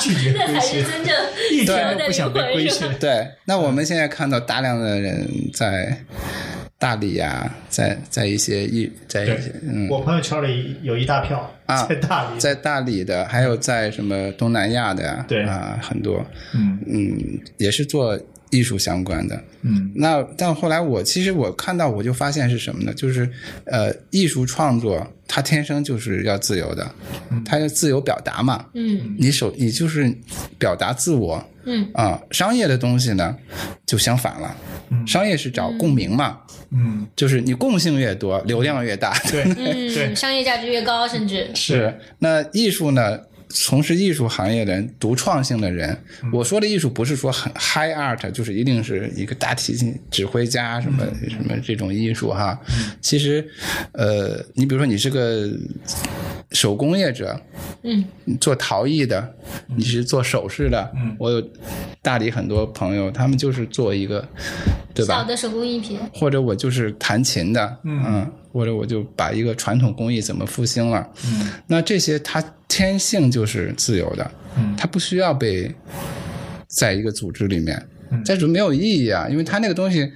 Speaker 2: 拒绝
Speaker 3: 那
Speaker 2: 归
Speaker 3: 才是
Speaker 2: 学，
Speaker 3: 真正
Speaker 2: 一
Speaker 3: 对
Speaker 2: 点都不想被归
Speaker 3: 是
Speaker 2: 学。
Speaker 1: 对，那我们现在看到大量的人在大理呀、在在一些一在一
Speaker 2: 对
Speaker 1: 些嗯，
Speaker 2: 我朋友圈里有一大票
Speaker 1: 啊
Speaker 2: 在大理，
Speaker 1: 在大理的，还有在什么东南亚的呀，
Speaker 2: 对
Speaker 1: 啊，很多，
Speaker 2: 嗯
Speaker 1: 嗯，也是做艺术相关的。
Speaker 2: 嗯
Speaker 1: 那但后来我其实我看到我就发现是什么呢？就是呃，艺术创作它天生就是要自由的，
Speaker 2: 嗯
Speaker 1: 它要自由表达嘛。
Speaker 3: 嗯
Speaker 1: 你首你就是表达自我
Speaker 3: 嗯
Speaker 1: 啊、商业的东西呢就相反了，
Speaker 2: 嗯
Speaker 1: 商业是找共鸣嘛，
Speaker 2: 嗯，
Speaker 1: 就是你共性越多，流量越大。
Speaker 2: 对对
Speaker 3: 嗯，商业价值越高，甚至
Speaker 1: 是，那艺术呢？从事艺术行业的人，独创性的人，
Speaker 2: 嗯
Speaker 1: 我说的艺术不是说很 high art，就是一定是一个大提琴指挥家什么
Speaker 2: 嗯
Speaker 1: 什么这种艺术哈。其实，呃，你比如说你是个手工业者，
Speaker 3: 嗯
Speaker 1: 你做陶艺的，你是做首饰的，
Speaker 2: 嗯
Speaker 1: 我有大理很多朋友，他们就是做一个，对吧？
Speaker 3: 小的手工艺品，
Speaker 1: 或者我就是弹琴的，
Speaker 2: 嗯
Speaker 1: 或者我就把一个传统工艺怎么复兴了，
Speaker 2: 嗯，
Speaker 1: 那这些它天性就是自由的，
Speaker 2: 嗯
Speaker 1: 它不需要被在一个组织里面
Speaker 2: 嗯，
Speaker 1: 在组织没有意义啊，因为它那个东西，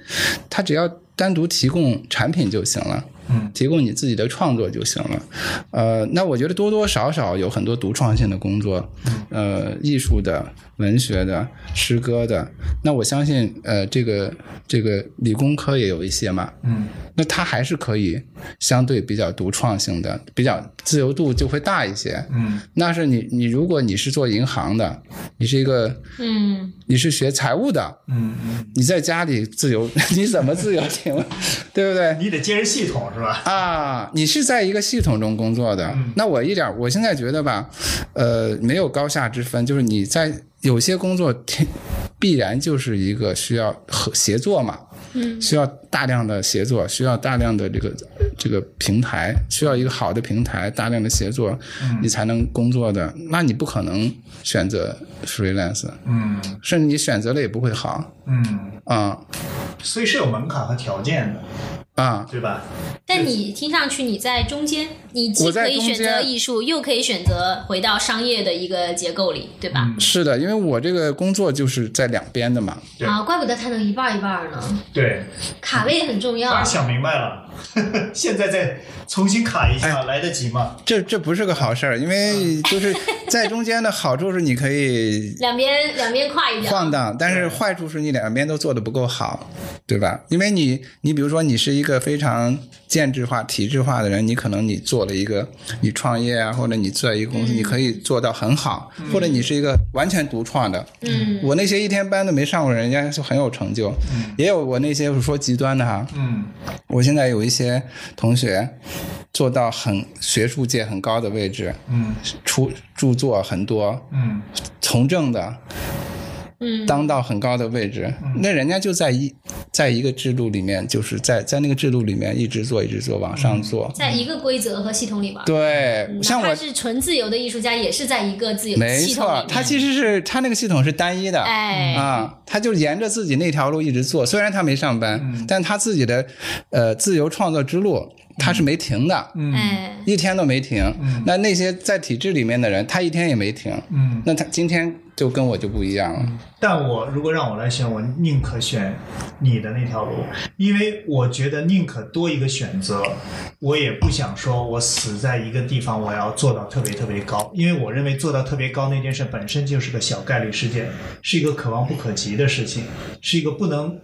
Speaker 1: 它只要单独提供产品就行了。
Speaker 2: 嗯
Speaker 1: 提供你自己的创作就行了。呃，那我觉得多多少少有很多独创性的工作，呃，艺术的、文学的、诗歌的。那我相信，呃，这个这个理工科也有一些嘛，
Speaker 2: 嗯
Speaker 1: 那它还是可以相对比较独创性的，比较自由度就会大一些。
Speaker 2: 嗯
Speaker 1: 那是你你如果你是做银行的，你是一个
Speaker 3: 嗯，
Speaker 1: 你是学财务的，
Speaker 2: 嗯嗯，
Speaker 1: 你在家里自由， 你怎么自由？请问， 对不对？
Speaker 2: 你得接着系统是吧？
Speaker 1: 啊，你是在一个系统中工作的，
Speaker 2: 嗯
Speaker 1: 那我一点儿，我现在觉得吧，呃，没有高下之分，就是你在有些工作天必然就是一个需要和协作嘛，
Speaker 3: 嗯，
Speaker 1: 需要大量的协作，需要大量的这个这个平台，需要一个好的平台，大量的协作，你才能工作的，那你不可能选择 freelance，
Speaker 2: 嗯
Speaker 1: 甚至你选择了也不会好，
Speaker 2: 嗯，
Speaker 1: 啊、
Speaker 2: 所以是有门槛和条件的，
Speaker 1: 啊。
Speaker 2: 对吧？
Speaker 3: 但你听上去你在中间，你既
Speaker 1: 我在
Speaker 3: 可以
Speaker 1: 中
Speaker 3: 选择
Speaker 1: 间
Speaker 3: 艺术，又可以选择回到商业的一个结构里，对吧？
Speaker 1: 是的，因为我这个工作就是在两边的嘛，
Speaker 2: 对
Speaker 3: 啊，怪不得他能一半儿一半儿呢，
Speaker 2: 对，
Speaker 3: 卡位很重要
Speaker 2: 当。然想明白了，现在再重新卡一下，来得及吗？
Speaker 1: 这这不是个好事儿，因为就是在中间的好处是你可以
Speaker 3: 两边两边跨一
Speaker 1: 晃
Speaker 3: 点，
Speaker 1: 荡，但是坏处是你两边都做的不够好，对吧？因为你你比如说你是一个非常建制化、体制化的人，你可能你做了一个你创业啊，或者你做一个公司，你可以做到很好，或者你是一个完全独创的。
Speaker 3: 嗯，
Speaker 1: 我那些一天班都没上过，人家就很有成就，也有我那些说极端的哈，
Speaker 2: 嗯
Speaker 1: 我现在有一些同学做到很学术界很高的位置，
Speaker 2: 嗯
Speaker 1: 出著作很多，
Speaker 2: 嗯
Speaker 1: 从政的
Speaker 3: 嗯，
Speaker 1: 当到很高的位置，那人家就在一在一个制度里面，就是在在那个制度里面一直做，一直做，往上做。
Speaker 3: 在一个规则和系统里玩。
Speaker 1: 对，像
Speaker 3: 哪怕
Speaker 1: 我
Speaker 3: 是纯自由的艺术家，也是在一个自由的
Speaker 1: 没
Speaker 3: 系统里
Speaker 1: 错
Speaker 3: 面。，
Speaker 1: 他其实是他那个系统是单一的，
Speaker 3: 哎，
Speaker 1: 啊，他就沿着自己那条路一直做，虽然他没上班，但他自己的呃自由创作之路他是没停的，
Speaker 3: 哎，
Speaker 1: 一天都没停。那那些在体制里面的人，他一天也没停。
Speaker 2: 嗯。
Speaker 1: 那他今天就跟我就不一样了。
Speaker 2: 但我如果让我来选，我宁可选你的那条路，因为我觉得宁可多一个选择，我也不想说我死在一个地方，我要做到特别特别高，因为我认为做到特别高那件事本身就是个小概率事件，是一个可望不可及的事情，是一个不能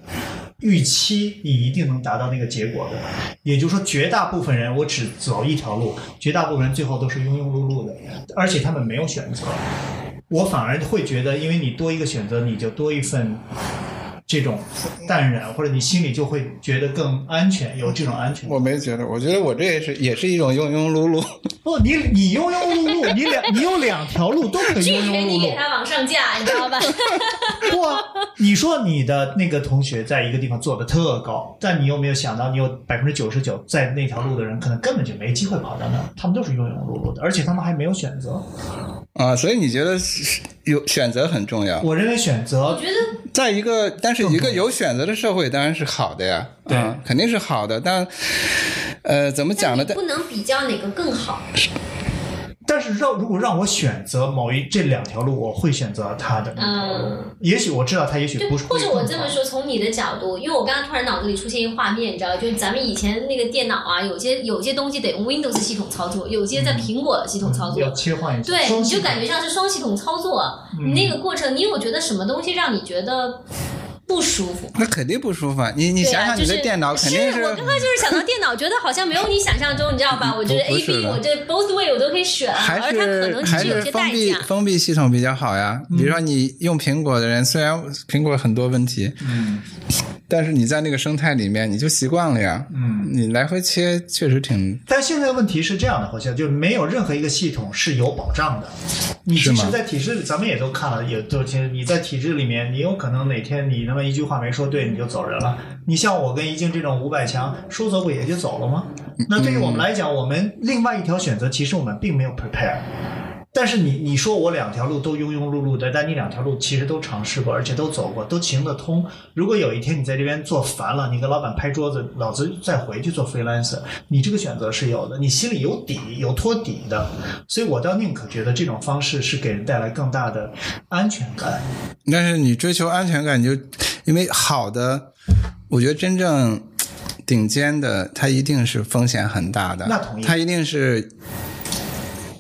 Speaker 2: 预期你一定能达到那个结果的。也就是说，绝大部分人我只走一条路，绝大部分人最后都是庸庸碌碌的，而且他们没有选择。我反而会觉得，因为你多一个选择，你就多一份这种淡然，或者你心里就会觉得更安全，有这种安 全感。
Speaker 1: 我没觉得，我觉得我这也是也是一种庸庸碌碌。
Speaker 2: 不，你你庸庸碌 碌，你两你有两条路都可以
Speaker 3: 拒
Speaker 2: 庸
Speaker 3: 绝
Speaker 2: 庸
Speaker 3: 你
Speaker 2: 碌
Speaker 3: 给
Speaker 2: 碌。
Speaker 3: 他往上架，你知道吧？
Speaker 1: 嗯
Speaker 2: 不啊，你说你的那个同学在一个地方做的特高，但你有没有想到，你有百分之九十九在那条路的人，可能根本就没机会跑到那儿，他们都是庸庸碌碌的，而且他们还没有选择。
Speaker 1: 啊，所以你觉得是有选择很重要？
Speaker 2: 我认为选择
Speaker 3: 我觉得
Speaker 1: 在一个，但是一个有选择的社会当然是好的呀，
Speaker 2: 对
Speaker 1: 啊肯定是好的。但呃，怎么讲呢？但
Speaker 3: 但你不能比较哪个更好。
Speaker 2: 但是让如果让我选择某一这两条路，我会选择他的那条路。也许我知道他，也许
Speaker 3: 对，
Speaker 2: 不是。
Speaker 3: 嗯或者
Speaker 2: 不是
Speaker 3: 我这么说，从你的角度，因为我刚刚突然脑子里出现一个画面，你知道，就是咱们以前那个电脑啊，有些有些东西得用 Windows 系统操作，有些在苹果系统操作。
Speaker 2: 嗯要切换一下，
Speaker 3: 对，
Speaker 2: 双
Speaker 3: 你
Speaker 2: 系
Speaker 3: 就
Speaker 2: 统
Speaker 3: 感觉像是双系统操作，
Speaker 2: 嗯
Speaker 3: 你那个过程，你有觉得什么东西让你觉得不舒服？
Speaker 1: 那肯定不舒服啊！你你
Speaker 3: 对
Speaker 1: 想
Speaker 3: 啊，
Speaker 1: 想，
Speaker 3: 就
Speaker 1: 你
Speaker 3: 是
Speaker 1: 的电脑肯定
Speaker 3: 是。我刚刚就是想到电脑，觉得好像没有你想象中，你知道吧？我觉得
Speaker 1: 嗯不
Speaker 3: A
Speaker 1: 是
Speaker 3: B，
Speaker 1: 的
Speaker 3: 我这 both way 我都可以选，
Speaker 1: 还
Speaker 3: 而它可
Speaker 1: 是
Speaker 3: 能只
Speaker 1: 还
Speaker 3: 是有
Speaker 1: 是
Speaker 3: 些
Speaker 1: 封
Speaker 3: 代
Speaker 1: 闭
Speaker 3: 价。
Speaker 1: 封闭系统比较好呀。
Speaker 2: 嗯
Speaker 1: 比如说你用苹果的人，虽然苹果很多问题，
Speaker 2: 嗯
Speaker 1: 但是你在那个生态里面你就习惯了呀。
Speaker 2: 嗯。
Speaker 1: 你来回切确实挺
Speaker 2: 但现在问题是这样的，好像就是没有任何一个系统是有保障的。你
Speaker 1: 是
Speaker 2: 即
Speaker 1: 吗
Speaker 2: 使在体制里，咱们也都看了，也都其实你在体制里面，你有可能哪天你那么一句话没说对，你就走人了。你像我跟一静这种五百强，说走不也就走了吗？
Speaker 1: 嗯
Speaker 2: 那对于我们来讲，我们另外一条选择，其实我们并没有 prepare。但是你你说我两条路都庸庸碌碌的，但你两条路其实都尝试过，而且都走过，都行得通。如果有一天你在这边做烦了，你跟老板拍桌子，老子再回去做 freelancer，你这个选择是有的，你心里有底，有托底的。所以我倒宁可觉得这种方式是给人带来更大的安全感。
Speaker 1: 但是你追求安全感，你就因为好的，我觉得真正顶尖的，它一定是风险很大的。
Speaker 2: 那同意
Speaker 1: 它一定是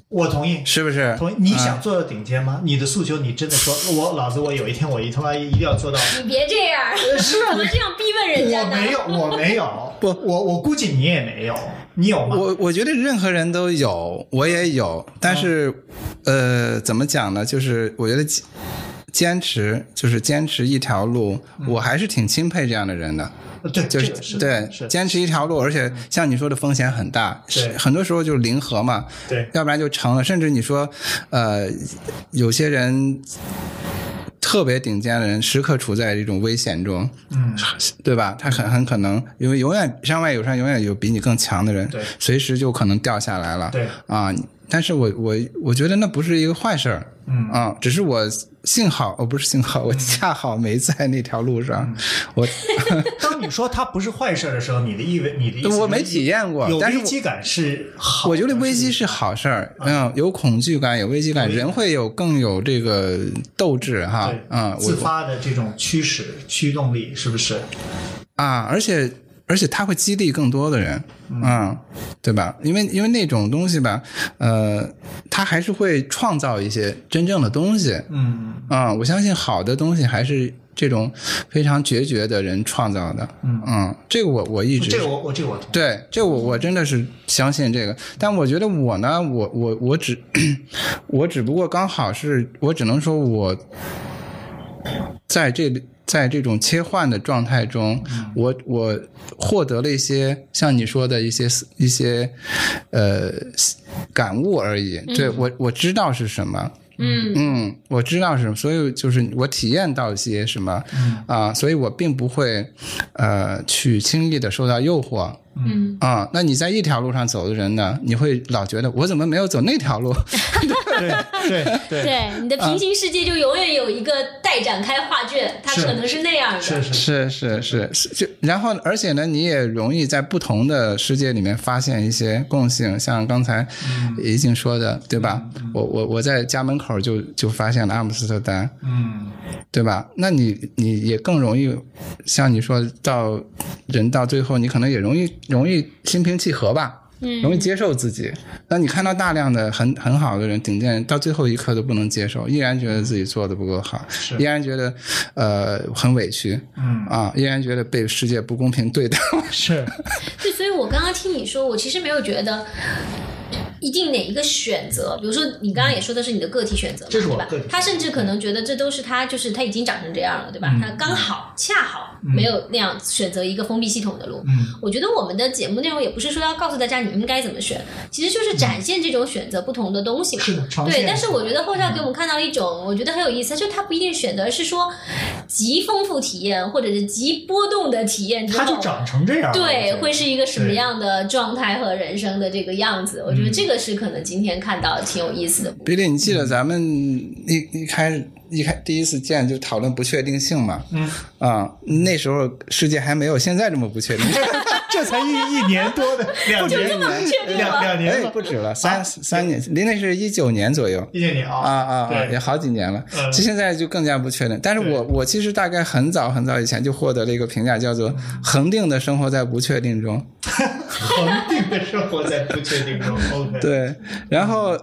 Speaker 2: 我同意，
Speaker 1: 是不是？
Speaker 2: 同意。你
Speaker 1: 啊
Speaker 2: 想做到顶尖吗？你的诉求，你真的说，我老子我有一天我一他妈一定要做到。
Speaker 3: 你别这样，
Speaker 1: 呃啊
Speaker 3: 怎么这样逼问人家
Speaker 2: 我
Speaker 3: 呢？
Speaker 2: 没有，我没有，
Speaker 1: 不
Speaker 2: 我我估计你也没有，你有吗？
Speaker 1: 我我觉得任何人都有，我也有，但是，
Speaker 2: 嗯
Speaker 1: 呃，怎么讲呢？就是我觉得坚坚持，就是坚持一条路，我还是挺钦佩这样的人的。
Speaker 2: 对，
Speaker 1: 就是
Speaker 2: 这个嗯是
Speaker 1: 对
Speaker 2: 的是的
Speaker 1: 坚持一条路，而且像你说的风险很大，
Speaker 2: 对
Speaker 1: 是很多时候就是零和嘛，
Speaker 2: 对
Speaker 1: 要不然就成了。甚至你说，呃，有些人特别顶尖的人，时刻处在一种危险中，
Speaker 2: 嗯，
Speaker 1: 对吧？他很很可能，因为永远山外有山，永远有比你更强的人
Speaker 2: 对，
Speaker 1: 随时就可能掉下来了。
Speaker 2: 对
Speaker 1: 啊，但是我我我觉得那不是一个坏事儿，
Speaker 2: 嗯
Speaker 1: 啊，只是我幸好哦不是幸好，我恰好没在那条路上，
Speaker 2: 嗯
Speaker 1: 我
Speaker 2: 当你说它不是坏事儿的时候，你的意味，你的意思是
Speaker 1: 我没体验过
Speaker 2: 有
Speaker 1: 但是
Speaker 2: 危
Speaker 1: 我
Speaker 2: 机感是好的。
Speaker 1: 我觉得危机是好事儿，嗯，有恐惧感，有危机感，
Speaker 2: 对
Speaker 1: 人会有更有这个斗志哈
Speaker 2: 对，
Speaker 1: 啊，
Speaker 2: 自
Speaker 1: 我
Speaker 2: 发的这种驱使、驱动力是不是？
Speaker 1: 啊，而且而且它会激励更多的人，啊，对吧？因为因为那种东西吧，呃，它还是会创造一些真正的东西，
Speaker 2: 嗯
Speaker 1: 啊，我相信好的东西还是这种非常决绝的人创造的，
Speaker 2: 嗯
Speaker 1: 嗯，这个我我一直
Speaker 2: 这个我我这个我同意。
Speaker 1: 对，这我我真的是相信这个，但我觉得我呢，我我我只我只不过刚好是我只能说我在这里在这种切换的状态中，我我获得了一些像你说的一些思一些呃感悟而已。对我我知道是什么，
Speaker 3: 嗯，
Speaker 1: 嗯，我知道是什么，所以就是我体验到一些什么
Speaker 2: 嗯
Speaker 1: 啊、所以我并不会呃去轻易的受到诱惑。
Speaker 3: 嗯，
Speaker 1: 啊、那你在一条路上走的人呢，你会老觉得我怎么没有走那条路？
Speaker 2: 对对对，
Speaker 3: 对，你的平行世界就永远有一个待展开画卷，它
Speaker 2: 是
Speaker 3: 可能是那样的。
Speaker 2: 是是
Speaker 1: 是
Speaker 2: 是，
Speaker 1: 是是是，就然后而且呢，你也容易在不同的世界里面发现一些共性，像刚才
Speaker 2: 嗯
Speaker 1: 已经说的，对吧？我我我在家门口就就发现了阿姆斯特丹，
Speaker 2: 嗯，
Speaker 1: 对吧？那你你也更容易，像你说到人到最后，你可能也容易容易心平气和吧，
Speaker 3: 嗯
Speaker 1: 容易接受自己。那你看到大量的很很好的人，顶尖人，到最后一刻都不能接受，依然觉得自己做的不够好，依然觉得呃很委屈，
Speaker 2: 嗯
Speaker 1: 啊，依然觉得被世界不公平对待。
Speaker 2: 是
Speaker 3: 对，所以我刚刚听你说，我其实没有觉得一定哪一个选择，比如说你刚刚也说的是你的个体选择嘛，
Speaker 2: 这是我
Speaker 3: 对吧
Speaker 2: 个体？
Speaker 3: 他甚至可能觉得这都是他，就是他已经长成这样了，对吧？他刚好恰好
Speaker 2: 嗯
Speaker 3: 没有那样选择一个封闭系统的路。
Speaker 2: 嗯
Speaker 3: 我觉得我们的节目内容也不是说要告诉大家你应该怎么选，其实就是展现这种选择不同的东西嘛。
Speaker 2: 是的，长
Speaker 3: 对，
Speaker 2: 线嗯
Speaker 3: 但是我觉得后校给我们看到了一种，我觉得很有意思，就它不一定选择是说极丰富体验，或者是极波动的体验之
Speaker 2: 它
Speaker 3: 后，
Speaker 2: 就长成这样了，我
Speaker 3: 对
Speaker 2: 觉得
Speaker 3: 会是一个什么样的状态和人生的这个样子。我觉
Speaker 2: 嗯
Speaker 3: 得这个是可能今天看到挺有意思的。
Speaker 1: 比利，你记得咱们一一开始一开第一次见就讨论不确定性嘛？
Speaker 2: 嗯
Speaker 1: 啊、那时候世界还没有现在这么不确定。
Speaker 2: 这才一一年 多的两
Speaker 3: 就
Speaker 2: 年，
Speaker 3: 这么不确定
Speaker 2: 两
Speaker 3: 吗？
Speaker 2: 两 年
Speaker 1: 哎，
Speaker 2: 了，啊
Speaker 1: 不止了，三三年，那是一九年左右。
Speaker 2: 一九年
Speaker 1: 啊啊啊！也
Speaker 2: 哦对，
Speaker 1: 好几年了，
Speaker 2: 嗯
Speaker 1: 就现在就更加不确定。但是我我其实大概很早很早以前就获得了一个评价，叫做
Speaker 2: 嗯
Speaker 1: “恒定的生活在不确定中”。
Speaker 2: 恒定的生活在不确定中。OK，，
Speaker 1: 对，然后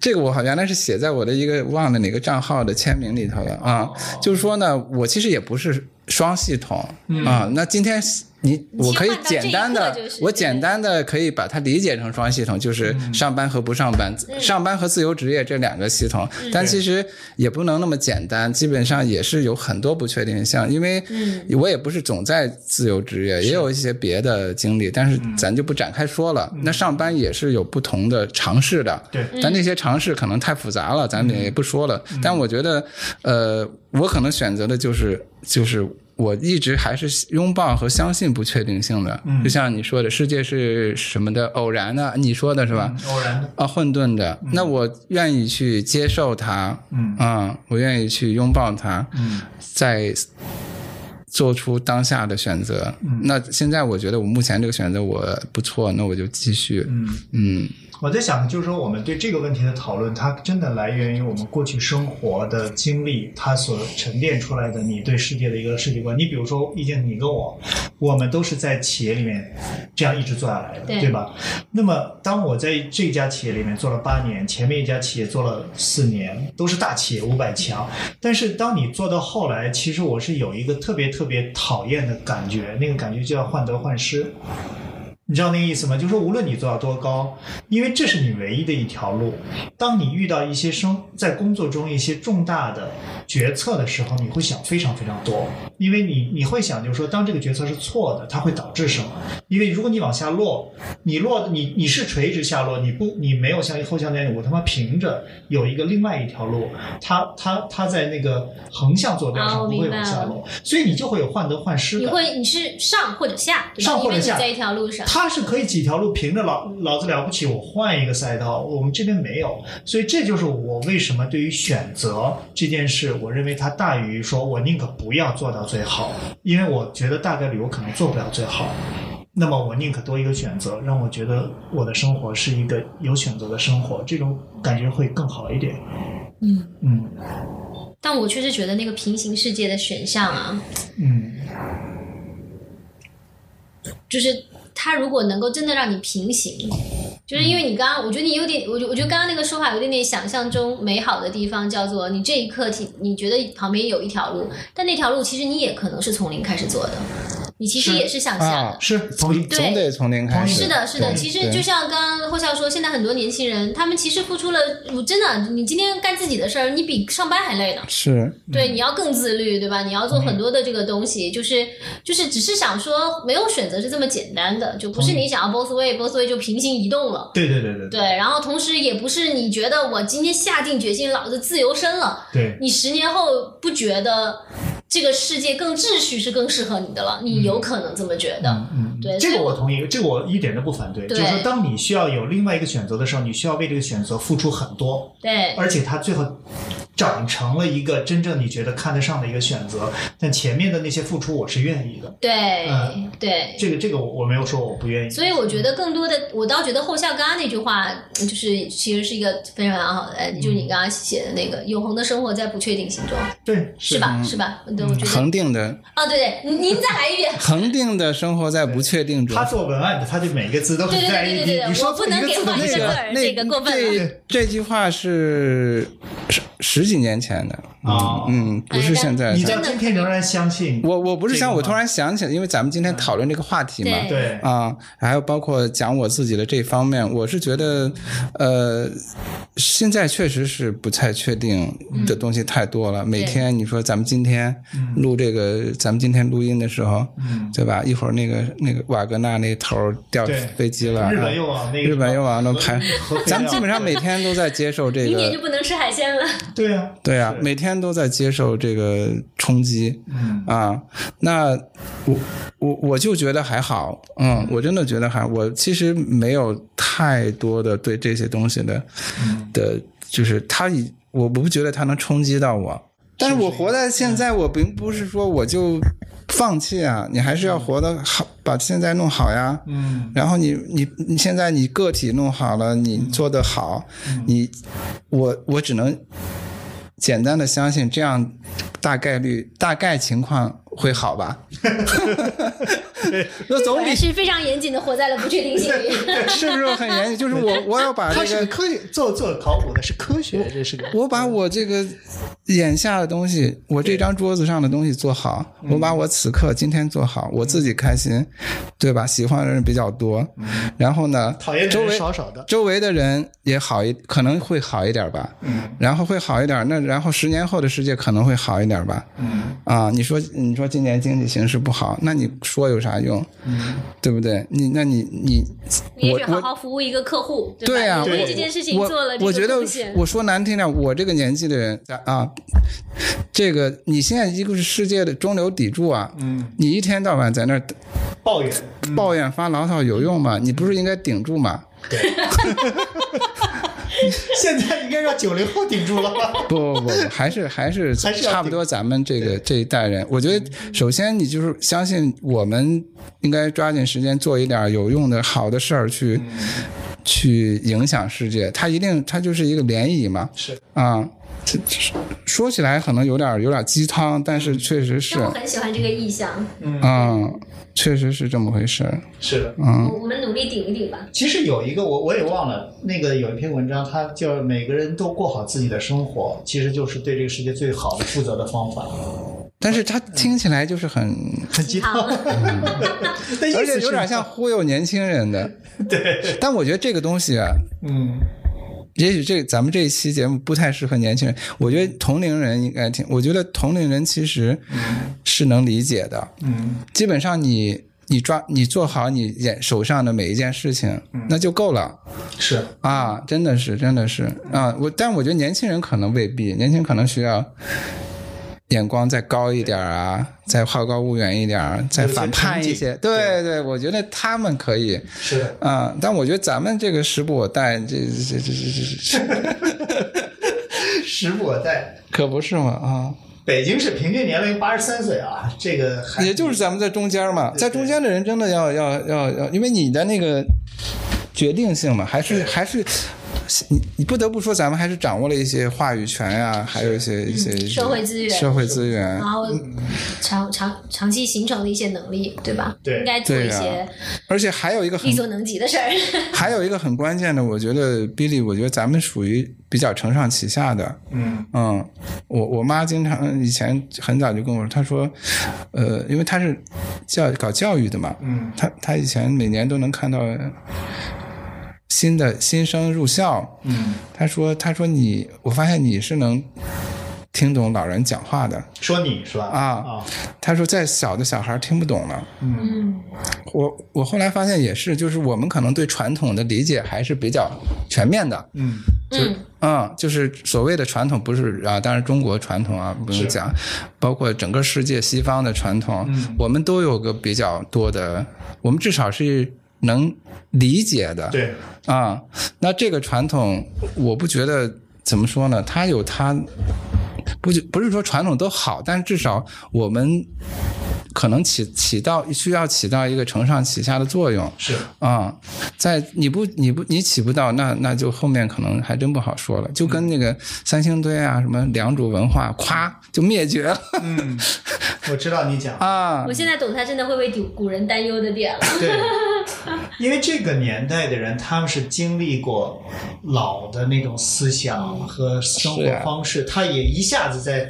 Speaker 1: 这个我好原来是写在我的一个忘了哪个账号的签名里头了
Speaker 3: 哦
Speaker 1: 啊。就是说呢，我其实也不是双系统、啊。那今天你
Speaker 3: 嗯切
Speaker 1: 我可以
Speaker 3: 换到这
Speaker 1: 简
Speaker 3: 一
Speaker 1: 单
Speaker 3: 刻
Speaker 1: 的
Speaker 3: 就是，
Speaker 1: 我
Speaker 3: 对
Speaker 1: 简单的可以把它理解成双系统，就是上班和不上班，上班和自由职业这两个系统。但其实也不能那么简单，基本上也是有很多不确定性，因为
Speaker 3: 嗯
Speaker 1: 我也不是总在自由职业，也有一些别的经历，但是咱就不展开说了。那上班也是有不同的尝试的，
Speaker 2: 对
Speaker 1: 但那些尝试可能太复杂了，咱们
Speaker 2: 嗯
Speaker 1: 也不说了。但我觉得，呃，我可能选择的就是就是。我一直还是拥抱和相信不确定性的，
Speaker 2: 嗯
Speaker 1: 就像你说的，世界是什么的偶然呢、你说的是吧？
Speaker 2: 嗯偶然的，
Speaker 1: 啊，混沌的，那我愿意去接受它，
Speaker 2: 嗯
Speaker 1: 啊，我愿意去拥抱它，
Speaker 2: 嗯，
Speaker 1: 再做出当下的选择。
Speaker 2: 嗯
Speaker 1: 那现在我觉得我目前这个选择我不错，那我就继续。
Speaker 2: 嗯。
Speaker 1: 嗯
Speaker 2: 我在想，就是说我们对这个问题的讨论，它真的来源于我们过去生活的经历，它所沉淀出来的你对世界的一个世界观。你比如说，毕竟你跟我，我们都是在企业里面这样一直做下来的，
Speaker 3: 对
Speaker 2: 对吧？那么，当我在这家企业里面做了八年，前面一家企业做了四年，都是大企业五百强，但是当你做到后来，其实我是有一个特别特别讨厌的感觉，那个感觉就叫患得患失。你知道那个意思吗？就是说无论你做到多高，因为这是你唯一的一条路。当你遇到一些生在工作中一些重大的决策的时候，你会想非常非常多，因为你你会想就是说，当这个决策是错的，它会导致什么？因为如果你往下落，你落你你是垂直下落，你不你没有像后向那样，我他妈平着有一个另外一条路，它它它在那个横向坐标
Speaker 3: 啊
Speaker 2: 上
Speaker 3: 我
Speaker 2: 不会
Speaker 3: 明白
Speaker 2: 往下
Speaker 3: 了
Speaker 2: 落，所以你就会有患得患失
Speaker 3: 你
Speaker 2: 感。
Speaker 3: 会你是上或者下，对吧
Speaker 2: 上或者下
Speaker 3: 因为你在一条路上。
Speaker 2: 他是可以几条路平着老老子了不起，我换一个赛道，我们这边没有，所以这就是我为什么对于选择这件事，我认为它大于说我宁可不要做到最好，因为我觉得大概率我可能做不了最好。那么我宁可多一个选择，让我觉得我的生活是一个有选择的生活，这种感觉会更好一点。
Speaker 3: 嗯，
Speaker 2: 嗯
Speaker 3: 但我确实觉得那个平行世界的选项啊，
Speaker 2: 嗯
Speaker 3: 就是它如果能够真的让你平行，就是因为你刚刚，我觉得你有点，我觉我觉得刚刚那个说法有点点想象中美好的地方，叫做你这一刻挺，你觉得旁边有一条路，但那条路其实你也可能是从零开始做的，你其实
Speaker 2: 是
Speaker 3: 也是想下的
Speaker 1: 啊，。
Speaker 2: 是同意。
Speaker 3: 对嗯
Speaker 1: 总得从零开始。
Speaker 3: 是的，是的，
Speaker 1: 对
Speaker 3: 其实
Speaker 1: 对
Speaker 3: 就像刚刚霍笑说，现在很多年轻人，他们其实付出了，我真的，你今天干自己的事儿，你比上班还累呢。
Speaker 1: 是
Speaker 3: 对，你要更自律，对吧？你要做很
Speaker 1: 嗯
Speaker 3: 多的这个东西，就是就是只是想说，没有选择是这么简单的，就
Speaker 1: 嗯
Speaker 3: 不是你想要 both way，both way 就平行移动了。
Speaker 2: 对对对对
Speaker 3: 对，然后同时也不是你觉得我今天下定决心，老子自由身了，
Speaker 2: 对
Speaker 3: 你十年后不觉得这个世界更秩序是更适合你的了，你
Speaker 1: 嗯
Speaker 3: 有可能这么觉得。
Speaker 2: 嗯，
Speaker 3: 对
Speaker 2: 这
Speaker 3: 所
Speaker 2: 个
Speaker 3: 以
Speaker 2: 我同意，这个我一点都不反对。
Speaker 3: 对
Speaker 2: 就是说，当你需要有另外一个选择的时候，你需要为这个选择付出很多，
Speaker 3: 对，
Speaker 2: 而且它最后长成了一个真正你觉得看得上的一个选择。但前面的那些付出，我是愿意的。
Speaker 3: 对，
Speaker 1: 呃
Speaker 2: 嗯
Speaker 3: 对。
Speaker 2: 这个这个我我没有说我不愿意。
Speaker 3: 所以我觉得更多的，我倒觉得后校刚刚那句话，就是其实是一个非常好的，呃就你刚刚写的那个“永恒的生活在不确定性中”，
Speaker 2: 对，
Speaker 3: 是
Speaker 1: 嗯
Speaker 3: 吧？是吧？对，我觉得
Speaker 1: 恒定 的。
Speaker 3: 哦，对对，您您再来一遍
Speaker 1: 恒定的生活在不确定中
Speaker 2: 他。做文案的，他就每个字都很
Speaker 3: 对对
Speaker 2: 在意。
Speaker 3: 对对对对
Speaker 2: 你你
Speaker 3: 我
Speaker 2: 说
Speaker 3: 不
Speaker 2: 错一
Speaker 3: 能
Speaker 2: 个
Speaker 3: 给
Speaker 2: 字
Speaker 3: 画
Speaker 2: 都
Speaker 3: 一
Speaker 2: 不
Speaker 3: 个
Speaker 2: 行
Speaker 3: 字儿这个过分了
Speaker 1: 这这句话是是十几年前的，
Speaker 2: 哦
Speaker 1: 嗯，不是现在
Speaker 2: 你
Speaker 1: 的。
Speaker 2: 到今天仍然相信
Speaker 1: 我我不是像我
Speaker 2: 这个吗嗯
Speaker 1: 突然想起来，因为咱们今天讨论这个话题嘛，
Speaker 3: 对
Speaker 2: 对
Speaker 1: 啊，还有包括讲我自己的这方面，我是觉得，呃，现在确实是不太确定的东西太多了。
Speaker 2: 嗯
Speaker 1: 每天你说咱们今天录这个，咱们今天录音的时候，
Speaker 2: 嗯
Speaker 1: 对吧？一会儿那个那个瓦格纳那头儿掉
Speaker 2: 对
Speaker 1: 飞机了，啊
Speaker 2: 日本又往那个
Speaker 1: 日本又往那
Speaker 2: 核
Speaker 1: 拍
Speaker 2: 核废料，
Speaker 1: 咱们基本上每天都在接受 这
Speaker 3: 明年
Speaker 1: 个
Speaker 3: 就。不能吃海 鲜了。
Speaker 2: 对啊，
Speaker 1: 对啊，
Speaker 2: 是
Speaker 1: 每天都在接受这个冲击，
Speaker 2: 嗯
Speaker 1: 啊，那我我我就觉得还好，嗯，我真的觉得还，我其实没有太多的对这些东西的的，就是它已，我不觉得它能冲击到我，但是嗯我活在现在，我并不是说我就放弃啊，你还是要活得好，把现在弄好呀，
Speaker 2: 嗯
Speaker 1: 然后你你你现在你个体弄好了，你做得好，
Speaker 2: 嗯
Speaker 1: 你我我只能简单的相信这样大概率大概情况会好 吧。那总
Speaker 3: 我
Speaker 1: 比
Speaker 3: 还是非常严谨的活在了不确定 性里。
Speaker 1: 是不是很严 谨？就是我我要把
Speaker 2: 它
Speaker 1: 这
Speaker 2: 是
Speaker 1: 个
Speaker 2: 科学做做考古的是科学，这是个
Speaker 1: 啊我把我这个眼下的东西，我这张桌子上的东西做好，
Speaker 2: 嗯
Speaker 1: 我把我此刻今天做好，我自己开心，对吧？喜欢的人比较多，
Speaker 2: 嗯
Speaker 1: 然后呢，
Speaker 2: 讨厌
Speaker 1: 周
Speaker 2: 的
Speaker 1: 围
Speaker 2: 人少少的，
Speaker 1: 周围的人也好一，可能会好一点吧，
Speaker 2: 嗯
Speaker 1: 然后会好一点。那然后十年后的世界可能会好一点吧。
Speaker 2: 嗯
Speaker 1: 啊，你说你说今年经济形势不好，那你说有啥用，
Speaker 2: 嗯，
Speaker 1: 对不对？你那你
Speaker 3: 你
Speaker 1: 你
Speaker 3: 也
Speaker 1: 我
Speaker 3: 是好
Speaker 1: 我
Speaker 3: 好服务一个客户，对吧？
Speaker 1: 对啊，
Speaker 3: 你为
Speaker 1: 我
Speaker 3: 这件事情
Speaker 1: 我
Speaker 3: 做了这
Speaker 1: 我
Speaker 3: 个
Speaker 1: 觉得
Speaker 3: 贡献
Speaker 1: 我说难听点，我这个年纪的人啊，这个你现在一个是世界的中流砥柱啊，
Speaker 2: 嗯，
Speaker 1: 你一天到晚在那儿
Speaker 2: 抱怨，
Speaker 1: 抱怨发牢骚有用吗？你不是应该顶住吗？
Speaker 2: 现在应该让九零后顶住了吧？
Speaker 1: 不不不，还是还是
Speaker 2: 还是要嗯
Speaker 1: 差不多，咱们这个这一代人，我觉得首先你就是相信我们应该抓紧时间做一点有用的好的事儿去、
Speaker 2: 嗯
Speaker 1: 去影响世界，它一定它就是一个涟漪嘛
Speaker 2: 是
Speaker 1: 啊。这这说起来可能有点有点鸡汤，但
Speaker 2: 嗯
Speaker 1: 是确实是
Speaker 3: 但我很喜欢这个意向，
Speaker 1: 啊、确实是这么回事儿。
Speaker 2: 是的。
Speaker 1: 嗯
Speaker 3: 我我们努力顶一顶吧。
Speaker 2: 其实有一个我我也忘了，那个有一篇文章，它叫“每个人都过好自己的生活”，其实就是对这个世界最好的负责的方法，
Speaker 1: 但是它
Speaker 2: 嗯
Speaker 1: 听起来就是很，
Speaker 2: 很鸡汤， 但意
Speaker 1: 而
Speaker 2: 思
Speaker 1: 且
Speaker 2: 是
Speaker 1: 有点像忽悠年轻人 的。对，但我觉得这个东西啊，
Speaker 2: 嗯
Speaker 1: 也许这咱们这一期节目不太适合年轻人，我觉得同龄人应该听。我觉得同龄人其实是能理解的，
Speaker 2: 嗯
Speaker 1: 基本上你你抓你做好你眼手上的每一件事情，
Speaker 2: 嗯
Speaker 1: 那就够了
Speaker 2: 是
Speaker 1: 啊！真的是，真的是啊！我但我觉得年轻人可能未必，年轻人可能需要。眼光再高一点儿啊，再好高骛远一点儿，再
Speaker 2: 有一些
Speaker 1: 反叛一
Speaker 2: 憧憬
Speaker 1: 些。对对，我觉得他们可以，
Speaker 2: 是的。
Speaker 1: 啊、但我觉得咱们这个时不我待，这这这这这这，
Speaker 2: 时不我待，
Speaker 1: 可不是嘛啊！
Speaker 2: 北京是平均年龄八十三岁啊，这个还
Speaker 1: 也就是咱们在中间嘛，在中间的人真的要要要要，因为你的那个决定性嘛，还是还是你你不得不说，咱们还是掌握了一些话语权呀、还有一些一 些
Speaker 3: 嗯社会资源
Speaker 1: 社会资源
Speaker 3: 然。后
Speaker 1: 嗯
Speaker 3: 长长长期形成的一些能力，对吧？
Speaker 2: 对
Speaker 3: 应该做
Speaker 1: 对
Speaker 3: 一
Speaker 1: 啊
Speaker 3: 些
Speaker 1: 而且还有一个很
Speaker 3: 力所能及的事儿。
Speaker 1: 还有一个很关键的，我觉得 Billy，我觉得咱们属于比较承上启下的，
Speaker 2: 嗯
Speaker 1: 嗯，我我妈经常以前很早就跟我说，她说，呃，因为她是教搞教育的嘛，
Speaker 2: 嗯
Speaker 1: 她她以前每年都能看到新的新生入校，
Speaker 2: 嗯，
Speaker 1: 她说她说你，我发现你是能听懂老人讲话的，
Speaker 2: 说你是吧？
Speaker 1: 啊
Speaker 2: 啊，
Speaker 1: 她说在小的小孩听不懂了，
Speaker 3: 嗯，
Speaker 1: 我我后来发现也是，就是我们可能对传统的理解还是比较全面的，
Speaker 2: 嗯
Speaker 3: 嗯，
Speaker 1: 嗯，就是所谓的传统，不是啊，当然中国传统啊不用
Speaker 2: 是
Speaker 1: 讲，包括整个世界西方的传统，
Speaker 2: 嗯
Speaker 1: 我们都有个比较多的，我们至少是能理解的。
Speaker 2: 对，
Speaker 1: 啊、那这个传统，我不觉得怎么说呢，它有它不就不是说传统都好，但至少我们可能起起到需要起到一个承上启下的作用。
Speaker 2: 是
Speaker 1: 啊、在你不你不你起不到，那那就后面可能还真不好说了。就跟那个三星堆啊，什么良渚文化，咵就灭绝了
Speaker 2: 嗯，我知道你讲，
Speaker 1: 啊
Speaker 3: 我现在懂他真的会为古古人担忧的点了。
Speaker 2: 对，因为这个年代的人，他们是经历过老的那种思想和生活
Speaker 1: 是啊
Speaker 2: 方式，他也一下子在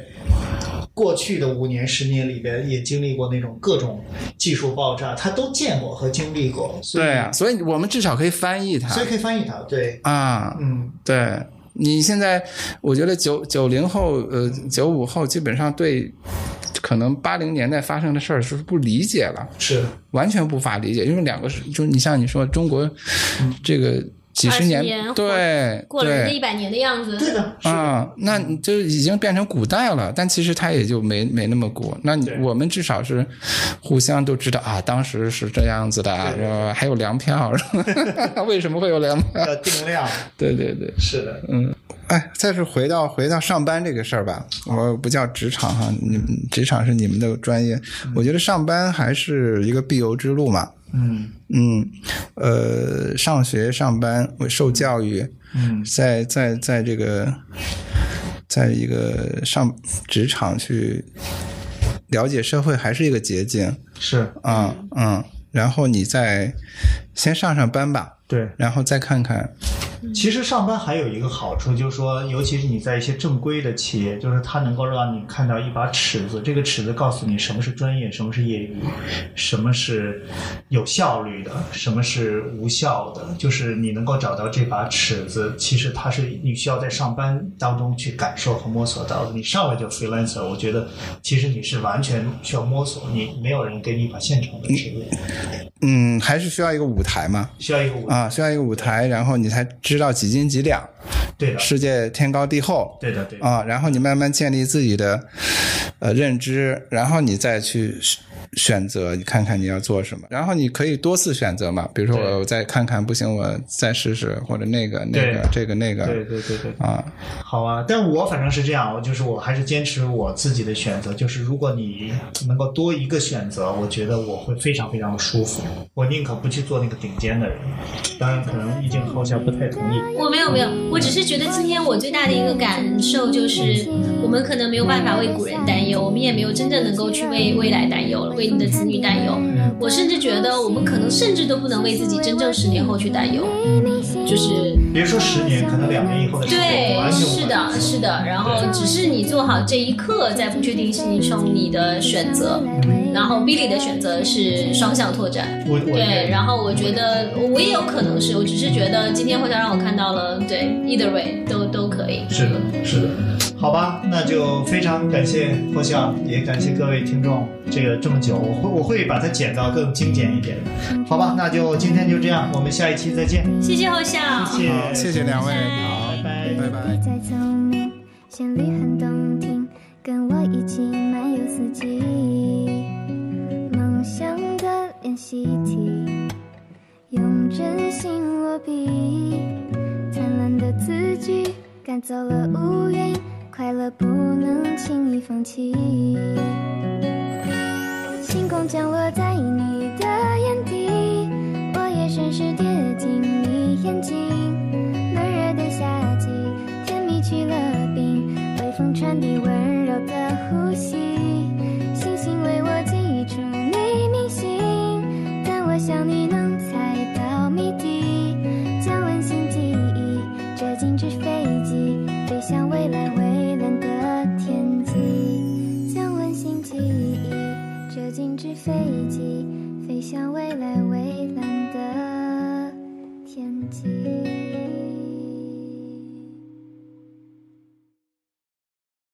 Speaker 2: 过去的五年、十年里边也经历过那种各种技术爆炸，他都见过和经历过，所以
Speaker 1: 对啊，所以我们至少可以翻译它
Speaker 2: 所以可以翻译它，对，
Speaker 1: 啊，
Speaker 2: 嗯，
Speaker 1: 对。你现在，我觉得九九零后，呃，九五后基本上对可能八零年代发生的事儿是不理解了，
Speaker 2: 是
Speaker 1: 完全无法理解，因为两个是，就你像你说中国这个几十年，
Speaker 3: 20年或
Speaker 1: 对
Speaker 3: 过了人家一
Speaker 1: 对
Speaker 3: 百年的样子，
Speaker 2: 对的，是的，
Speaker 1: 啊，那你就已经变成古代了，但其实它也就没没那么古。那你
Speaker 2: 对
Speaker 1: 我们至少是互相都知道啊，当时是这样子的啊，
Speaker 2: 对对
Speaker 1: 然后还有粮票，然 后为什么会有粮票？
Speaker 2: 要定量，
Speaker 1: 对对对。
Speaker 2: 是的，
Speaker 1: 哎，再是回到回到上班这个事儿吧，我不叫职场哈，你们职场是你们的专业，我觉得上班还是一个必由之路嘛。
Speaker 2: 嗯
Speaker 1: 嗯，呃，上学、上班、受教育，
Speaker 2: 嗯
Speaker 1: 在在在这个，在一个上职场去了解社会，还是一个捷径
Speaker 2: 是
Speaker 1: 啊，嗯，然后你再先上上班吧，
Speaker 2: 对。
Speaker 1: 然后再看看，
Speaker 2: 其实上班还有一个好处，就是说，尤其是你在一些正规的企业，就是它能够让你看到一把尺子，这个尺子告诉你什么是专业，什么是业余，什么是有效率的，什么是无效的，就是你能够找到这把尺子。其实它是你需要在上班当中去感受和摸索到的。你上来就 freelancer，我觉得其实你是完全需要摸索，你没有人给你一把现成的尺子，
Speaker 1: 嗯，还是需要一个舞台嘛，
Speaker 2: 需要一个舞台。
Speaker 1: 啊，需要一个舞台，然后你才知道几斤几两，
Speaker 2: 对的，
Speaker 1: 世界天高地厚，
Speaker 2: 对的，对的，
Speaker 1: 啊，然后你慢慢建立自己的呃认知，然后你再去选选择，你看看你要做什么，然后你可以多次选择嘛，比如说
Speaker 2: 对
Speaker 1: 我再看看不行，我再试试或者那个那
Speaker 2: 对
Speaker 1: 个这个那个
Speaker 2: 对对对对。
Speaker 1: 啊，
Speaker 2: 好啊，但我反正是这样，我就是我还是坚持我自己的选择，就是如果你能够多一个选择，我觉得我会非常非常的舒服。我宁可不去做那个顶尖的人，当然可能意见后下不太同意。
Speaker 3: 我没有没有，我只是觉得今天我最大的一个感受就是，我们可能没有办法为古人担忧，我们也没有真正能够去为未来担忧了，为你的子女担忧。我甚至觉得我们可能甚至都不能为自己真正十年后去担忧，就是
Speaker 2: 别说十年，可能两年以后的事情嗯我
Speaker 3: 对，
Speaker 2: 完全无法
Speaker 3: 是的，是的。然后只是你做好这一刻，在不确定性中你的选择，然后 Billy 的选择是双向拓展。
Speaker 2: 我我
Speaker 3: 对，然后我觉得我也有可能是，我只是觉得今天会让我看到了，对，either way 都都可以。
Speaker 2: 是的，是的。好吧，那就非常感谢霍笑，也感谢各位听众。这个这么久，我会我会把它剪到更精简一点。好吧，那就今天就这样，我们下一期再见。
Speaker 3: 谢谢后笑，
Speaker 2: 谢
Speaker 1: 好，谢谢两位，好，
Speaker 2: 拜拜
Speaker 1: 拜拜
Speaker 4: 你。再聪明，旋律很动听，跟我一起漫游四季，梦想的练习题，用真心握笔，灿烂的字句赶走了乌云，快乐不能轻易放弃。星空降落在你的眼底，我也顺势跌进你眼睛。闷热的夏季，甜蜜去了冰，微风传递温柔的呼吸，星星为我寄出你迷信，但我想你能猜到谜底，将温馨记忆折进纸飞机，飞向未来蔚蓝的天际，将温馨记忆折进纸飞机，飞向未来蔚蓝的天际。